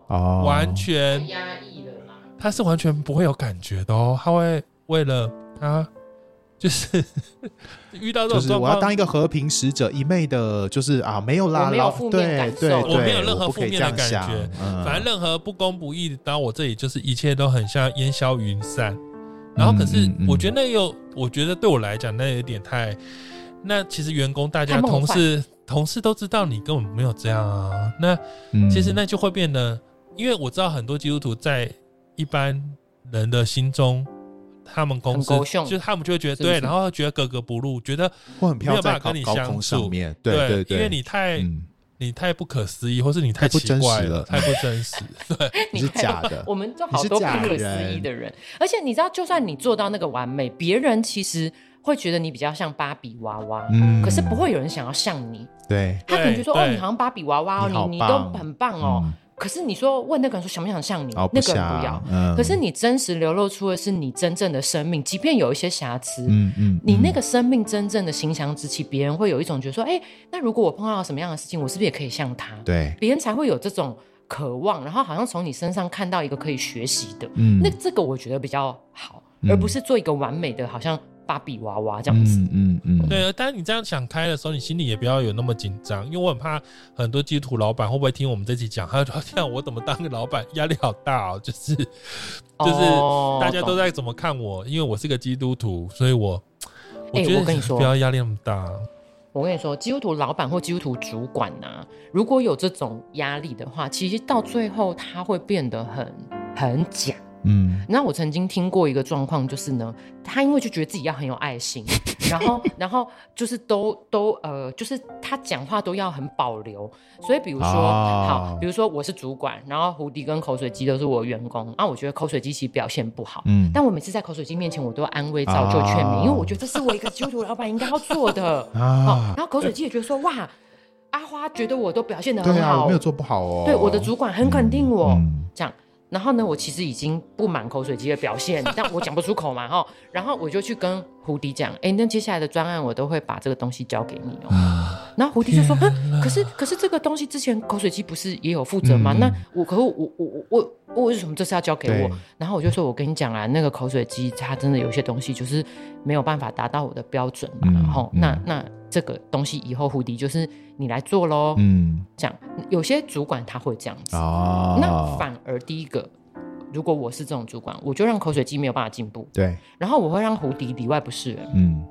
哦，完全、压抑了啦。他是完全不会有感觉的哦，他会为了他就是 遇到这就种是状我要当况。一个和平使者，一昧的，就是啊，没有啦，我没有老负面对感受对对我没有任何我不可负以面的这样感想觉嗯反正任何不公不义，然后我这里就是一切都很像烟消云散。然后可是嗯嗯嗯我觉得那又，我觉得对我来讲那有点太……那其实员工大家太梦同幻事同事都知道你根本没有这样啊。那嗯其实那就会变得，因为我知道很多基督徒在一般人的心中，他们公司很狗熊就是他们就会觉得是不是对，然后觉得格格不入，觉得我很没飘有在办法高跟你高相空处上面，对对对，因为你太、嗯，你太不可思议，或是你太太不奇怪太真嗯不真实。对，你是假的我们都好多你不是假可思议的人。而且你知道，就算你做到那个完美，别人其实会觉得你比较像芭比娃娃，嗯可是不会有人想要像你。对，他可能就说：“对哦，对你好像芭比娃娃哦，你好你你都棒很棒哦。嗯可是你说问那个人说想不想像你，哦那个人想，不要。嗯可是你真实流露出的是你真正的生命，即便有一些瑕疵，嗯嗯，你那嗯个生命真正的形象之气，别人会有一种觉得说，哎、那如果我碰到什么样的事情，我是不是也可以像他？对，别人才会有这种渴望，然后好像从你身上看到一个可以学习的。嗯那这个我觉得比较好，嗯而不是做一个完美的，好像芭比娃娃这样子。嗯嗯嗯，对，但是你这样想开的时候，你心里也不要有那么紧张，因为我很怕很多基督徒老板会不会听我们这期讲，他就说：“ 天啊，我怎么当个老板压力好大哦，就是就是哦大家都在怎么看我，因为我是个基督徒，所以我我哎觉得我跟你说不要压力那么大。我跟你说，基督徒老板或基督徒主管呐、如果有这种压力的话，其实到最后他会变得很很假。嗯那我曾经听过一个状况，就是呢，他因为就觉得自己要很有爱心，然后然后就是都都呃，就是他讲话都要很保留，所以比如说、哦好，比如说我是主管，然后胡迪跟口水鸡都是我员工，啊，我觉得口水鸡其实表现不好。嗯，但我每次在口水鸡面前，我都要安慰、造就、劝勉，哦因为我觉得这是我一个基督徒老板应该要做的。哦啊，然后口水鸡也觉得说，哇，阿花觉得我都表现得对哦很啊，好，我没有做不好哦，对我的主管很肯定我、嗯这样。然后呢，我其实已经不满口水鸡的表现，但我讲不出口嘛哈。然后我就去跟胡迪讲，哎，那接下来的专案我都会把这个东西交给你哦。啊然后胡迪就说，哼，可是可是这个东西之前口水鸡不是也有负责吗？嗯那我可是我我我我我为什么这次要交给对我？然后我就说，我跟你讲啊，那个口水鸡它真的有些东西就是没有办法达到我的标准嘛。嗯然后嗯那那这个东西以后胡迪就是你来做喽。嗯这样，有些主管他会这样子。哦，那反而第一个，如果我是这种主管，我就让口水鸡没有办法进步，对，然后我会让胡迪里外不是人。嗯。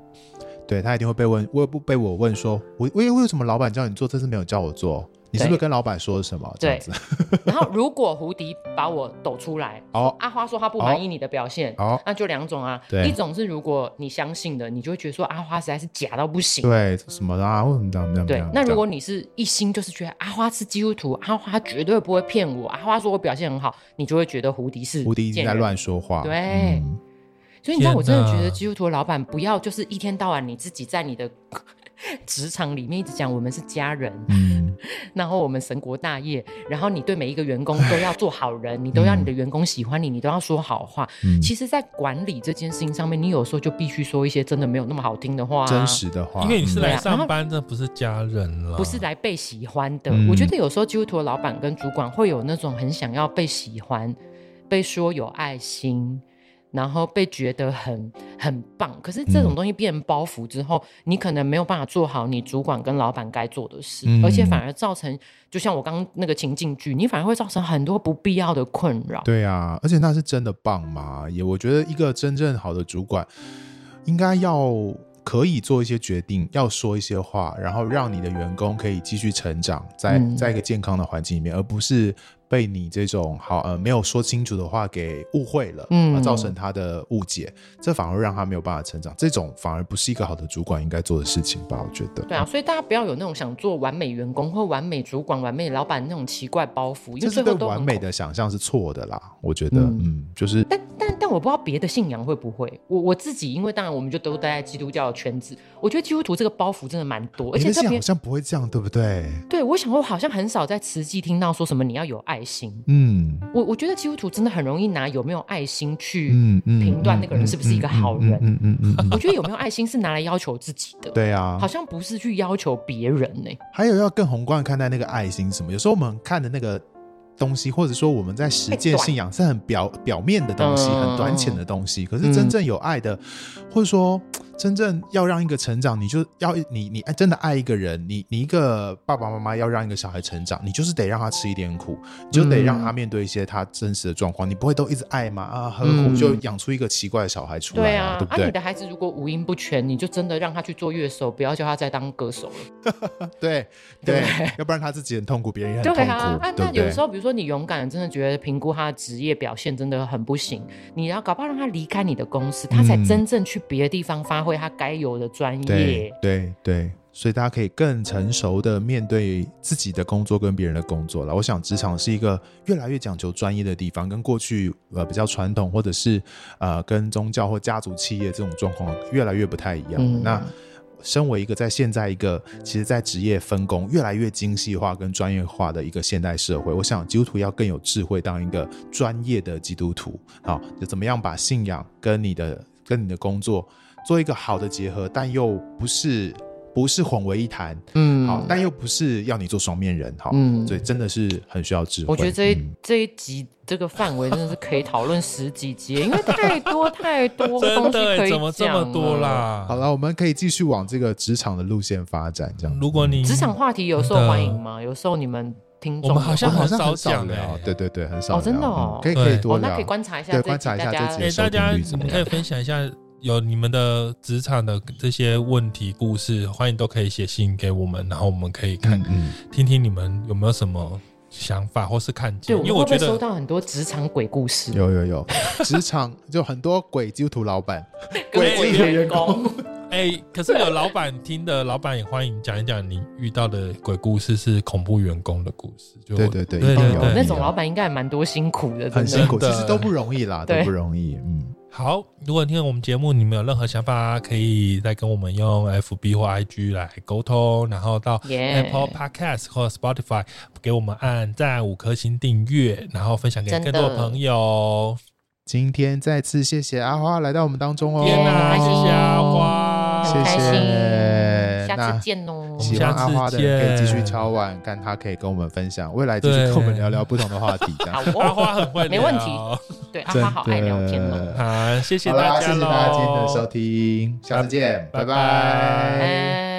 对他一定会被问，我不被我问说，我为为什么老板叫你做，这次没有叫我做？你是不是对跟老板说了什么？这样对子， 然后如果胡迪把我抖出来，哦阿花说她不满意你的表现，哦，那就两种啊对。一种是如果你相信的，你就会觉得说阿花实在是假到不行。对什么啊？为什么这样这样这对样，？那这如样果你是一心就是觉得阿花是基督徒，阿花绝对不会骗我，阿花说我表现很好，你就会觉得胡迪是胡迪一直贱在人乱说话，对嗯所以你知道，我真的觉天得哪基督徒的老板不要就是一天到晚你自己在你的 职场里面一直讲我们是家人，嗯，然后我们神国大业，然后你对每一个员工都要做好人，你都要你的员工喜欢你，你都要说好话。嗯其实，在管理这件事情上面，你有时候就必须说一些真的没有那么好听的话、啊真。实的话，因为你是嗯来对啊然上后班，这不是家人了，不是来被喜欢的。嗯我觉得有时候基督徒的老板跟主管会有那种很想要被喜欢、被说有爱心，然后被觉得很很棒。可是这种嗯东西变成包袱之后，你可能没有办法做好你主管跟老板该做的事，嗯而且反而造成，就像我刚刚那个情境剧，你反而会造成很多不必要的困扰。对啊，而且那是真的棒嘛？也我觉得一个真正好的主管，应该要可以做一些决定，要说一些话，然后让你的员工可以继续成长，在嗯在一个健康的环境里面，而不是被你这种好呃没有说清楚的话给误会了，嗯而造成他的误解，这反而会让他没有办法成长。这种反而不是一个好的主管应该做的事情吧？我觉得。对啊，所以大家不要有那种想做完美员工或完美主管、完美老板那种奇怪包袱，因这为是最对后都完很美恐的想象是错的啦，我觉得，嗯嗯，就是但但但我不知道别的信仰会不会，我我自己因为当然我们就都待在基督教的圈子，我觉得基督徒这个包袱真的蛮多，而你且的特信仰别好像不会这样，对不对？对我想我好像很少在慈济听到说什么你要有爱心，嗯，我我觉得基督徒真的很容易拿有没有爱心去，嗯嗯，评断那个人是不是一个好人嗯嗯嗯嗯嗯我觉得有没有爱心是拿来要求自己的，对啊好，像不是去要求别人呢、还有要更宏观看待那个爱心是什么。有时候我们看的那个东西，或者说我们在实践太短信仰是很表表面的东西，嗯很短浅的东西。可是真正有爱的，或者说真正要让一个成长，你就要你你真的爱一个人，你你一个爸爸妈妈要让一个小孩成长，你就是得让他吃一点苦，你就得嗯让他面对一些他真实的状况。你不会都一直爱嘛啊，何苦嗯就养出一个奇怪的小孩出来对啊？啊，对不啊你对？的孩子如果五音不全，你就真的让他去做乐手，不要叫他再当歌手了。对对，要不然他自己很痛苦，别人也很痛对苦，啊，啊，对那不有对时？候比如说你勇敢，真的觉得评估他的职业表现真的很不行，你要搞不好让他离开你的公司，他才嗯真正去别的地方发挥他该有的专对业。对对，所以大家可以更成熟的面对自己的工作跟别人的工作了。我想职场是一个越来越讲求专业的地方，跟过去呃比较传统或者是呃跟宗教或家族企业这种状况越来越不太一样。嗯那身为一个在现在一个其实，在职业分工越来越精细化跟专业化的一个现代社会，我想基督徒要更有智慧，当一个专业的基督徒，好，就怎么样把信仰跟你的跟你的工作做一个好的结合，但又不是不是混为一谈，嗯好，但又不是要你做双面人，好，嗯所以真的是很需要智慧。我觉得这一、嗯这一集这个范围真的是可以讨论十几集，因为太多太 多真东西的可欸，以怎么这么讲啊多了？啦？好了，我们可以继续往这个职场的路线发展，这样。如果你嗯职场话题有受真的欢迎吗？有时候你们听众我们好我像们哦好很像少很少讲聊，欸对对对，很少聊。哦真的哦嗯可以可以对多哦，聊。那可以观察一下对这集，观察一下大家这哎、集大家嗯收听率怎你么们样可以分享一下有你们的职场的这些问题故事，欢迎都可以写信给我们，然后我们可以看、嗯嗯，听听你们有没有什么想法或是看见对，，因们为会我不会觉收得到很多职场鬼故事，有有有， 职场就很多鬼基督徒老 板，跟鬼鬼员员工。哎、可是有老板听的，老板也欢迎讲一讲你遇到的鬼故事是恐怖员工的故事，就对对对对一定对有对那你种啊老板应该也蛮多辛苦的，真很的辛。苦，真其的实都不容易啦，都对不容易。嗯，好，如果听了我们节目，你们有任何想法，可以再跟我们用 FB 或 IG 来沟通，然后到 Yeah Apple Podcast 或 Spotify 给我们按赞五颗星订阅，然后分享给真更的多的朋哦友。今天再次谢谢阿花来到我们当中哦，天哪，开谢心谢阿花，谢开谢心，那下次见哦。喜欢阿花的人可以继续敲下碗，看他可以跟我们分享，未来继续对跟我们聊聊不同的话题。这好样，阿哦，花很会聊，没问题好，对，阿花好爱聊天哦。好谢谢大啦，家谢谢大家今天的喽收听，下次见，拜拜拜拜拜。嗯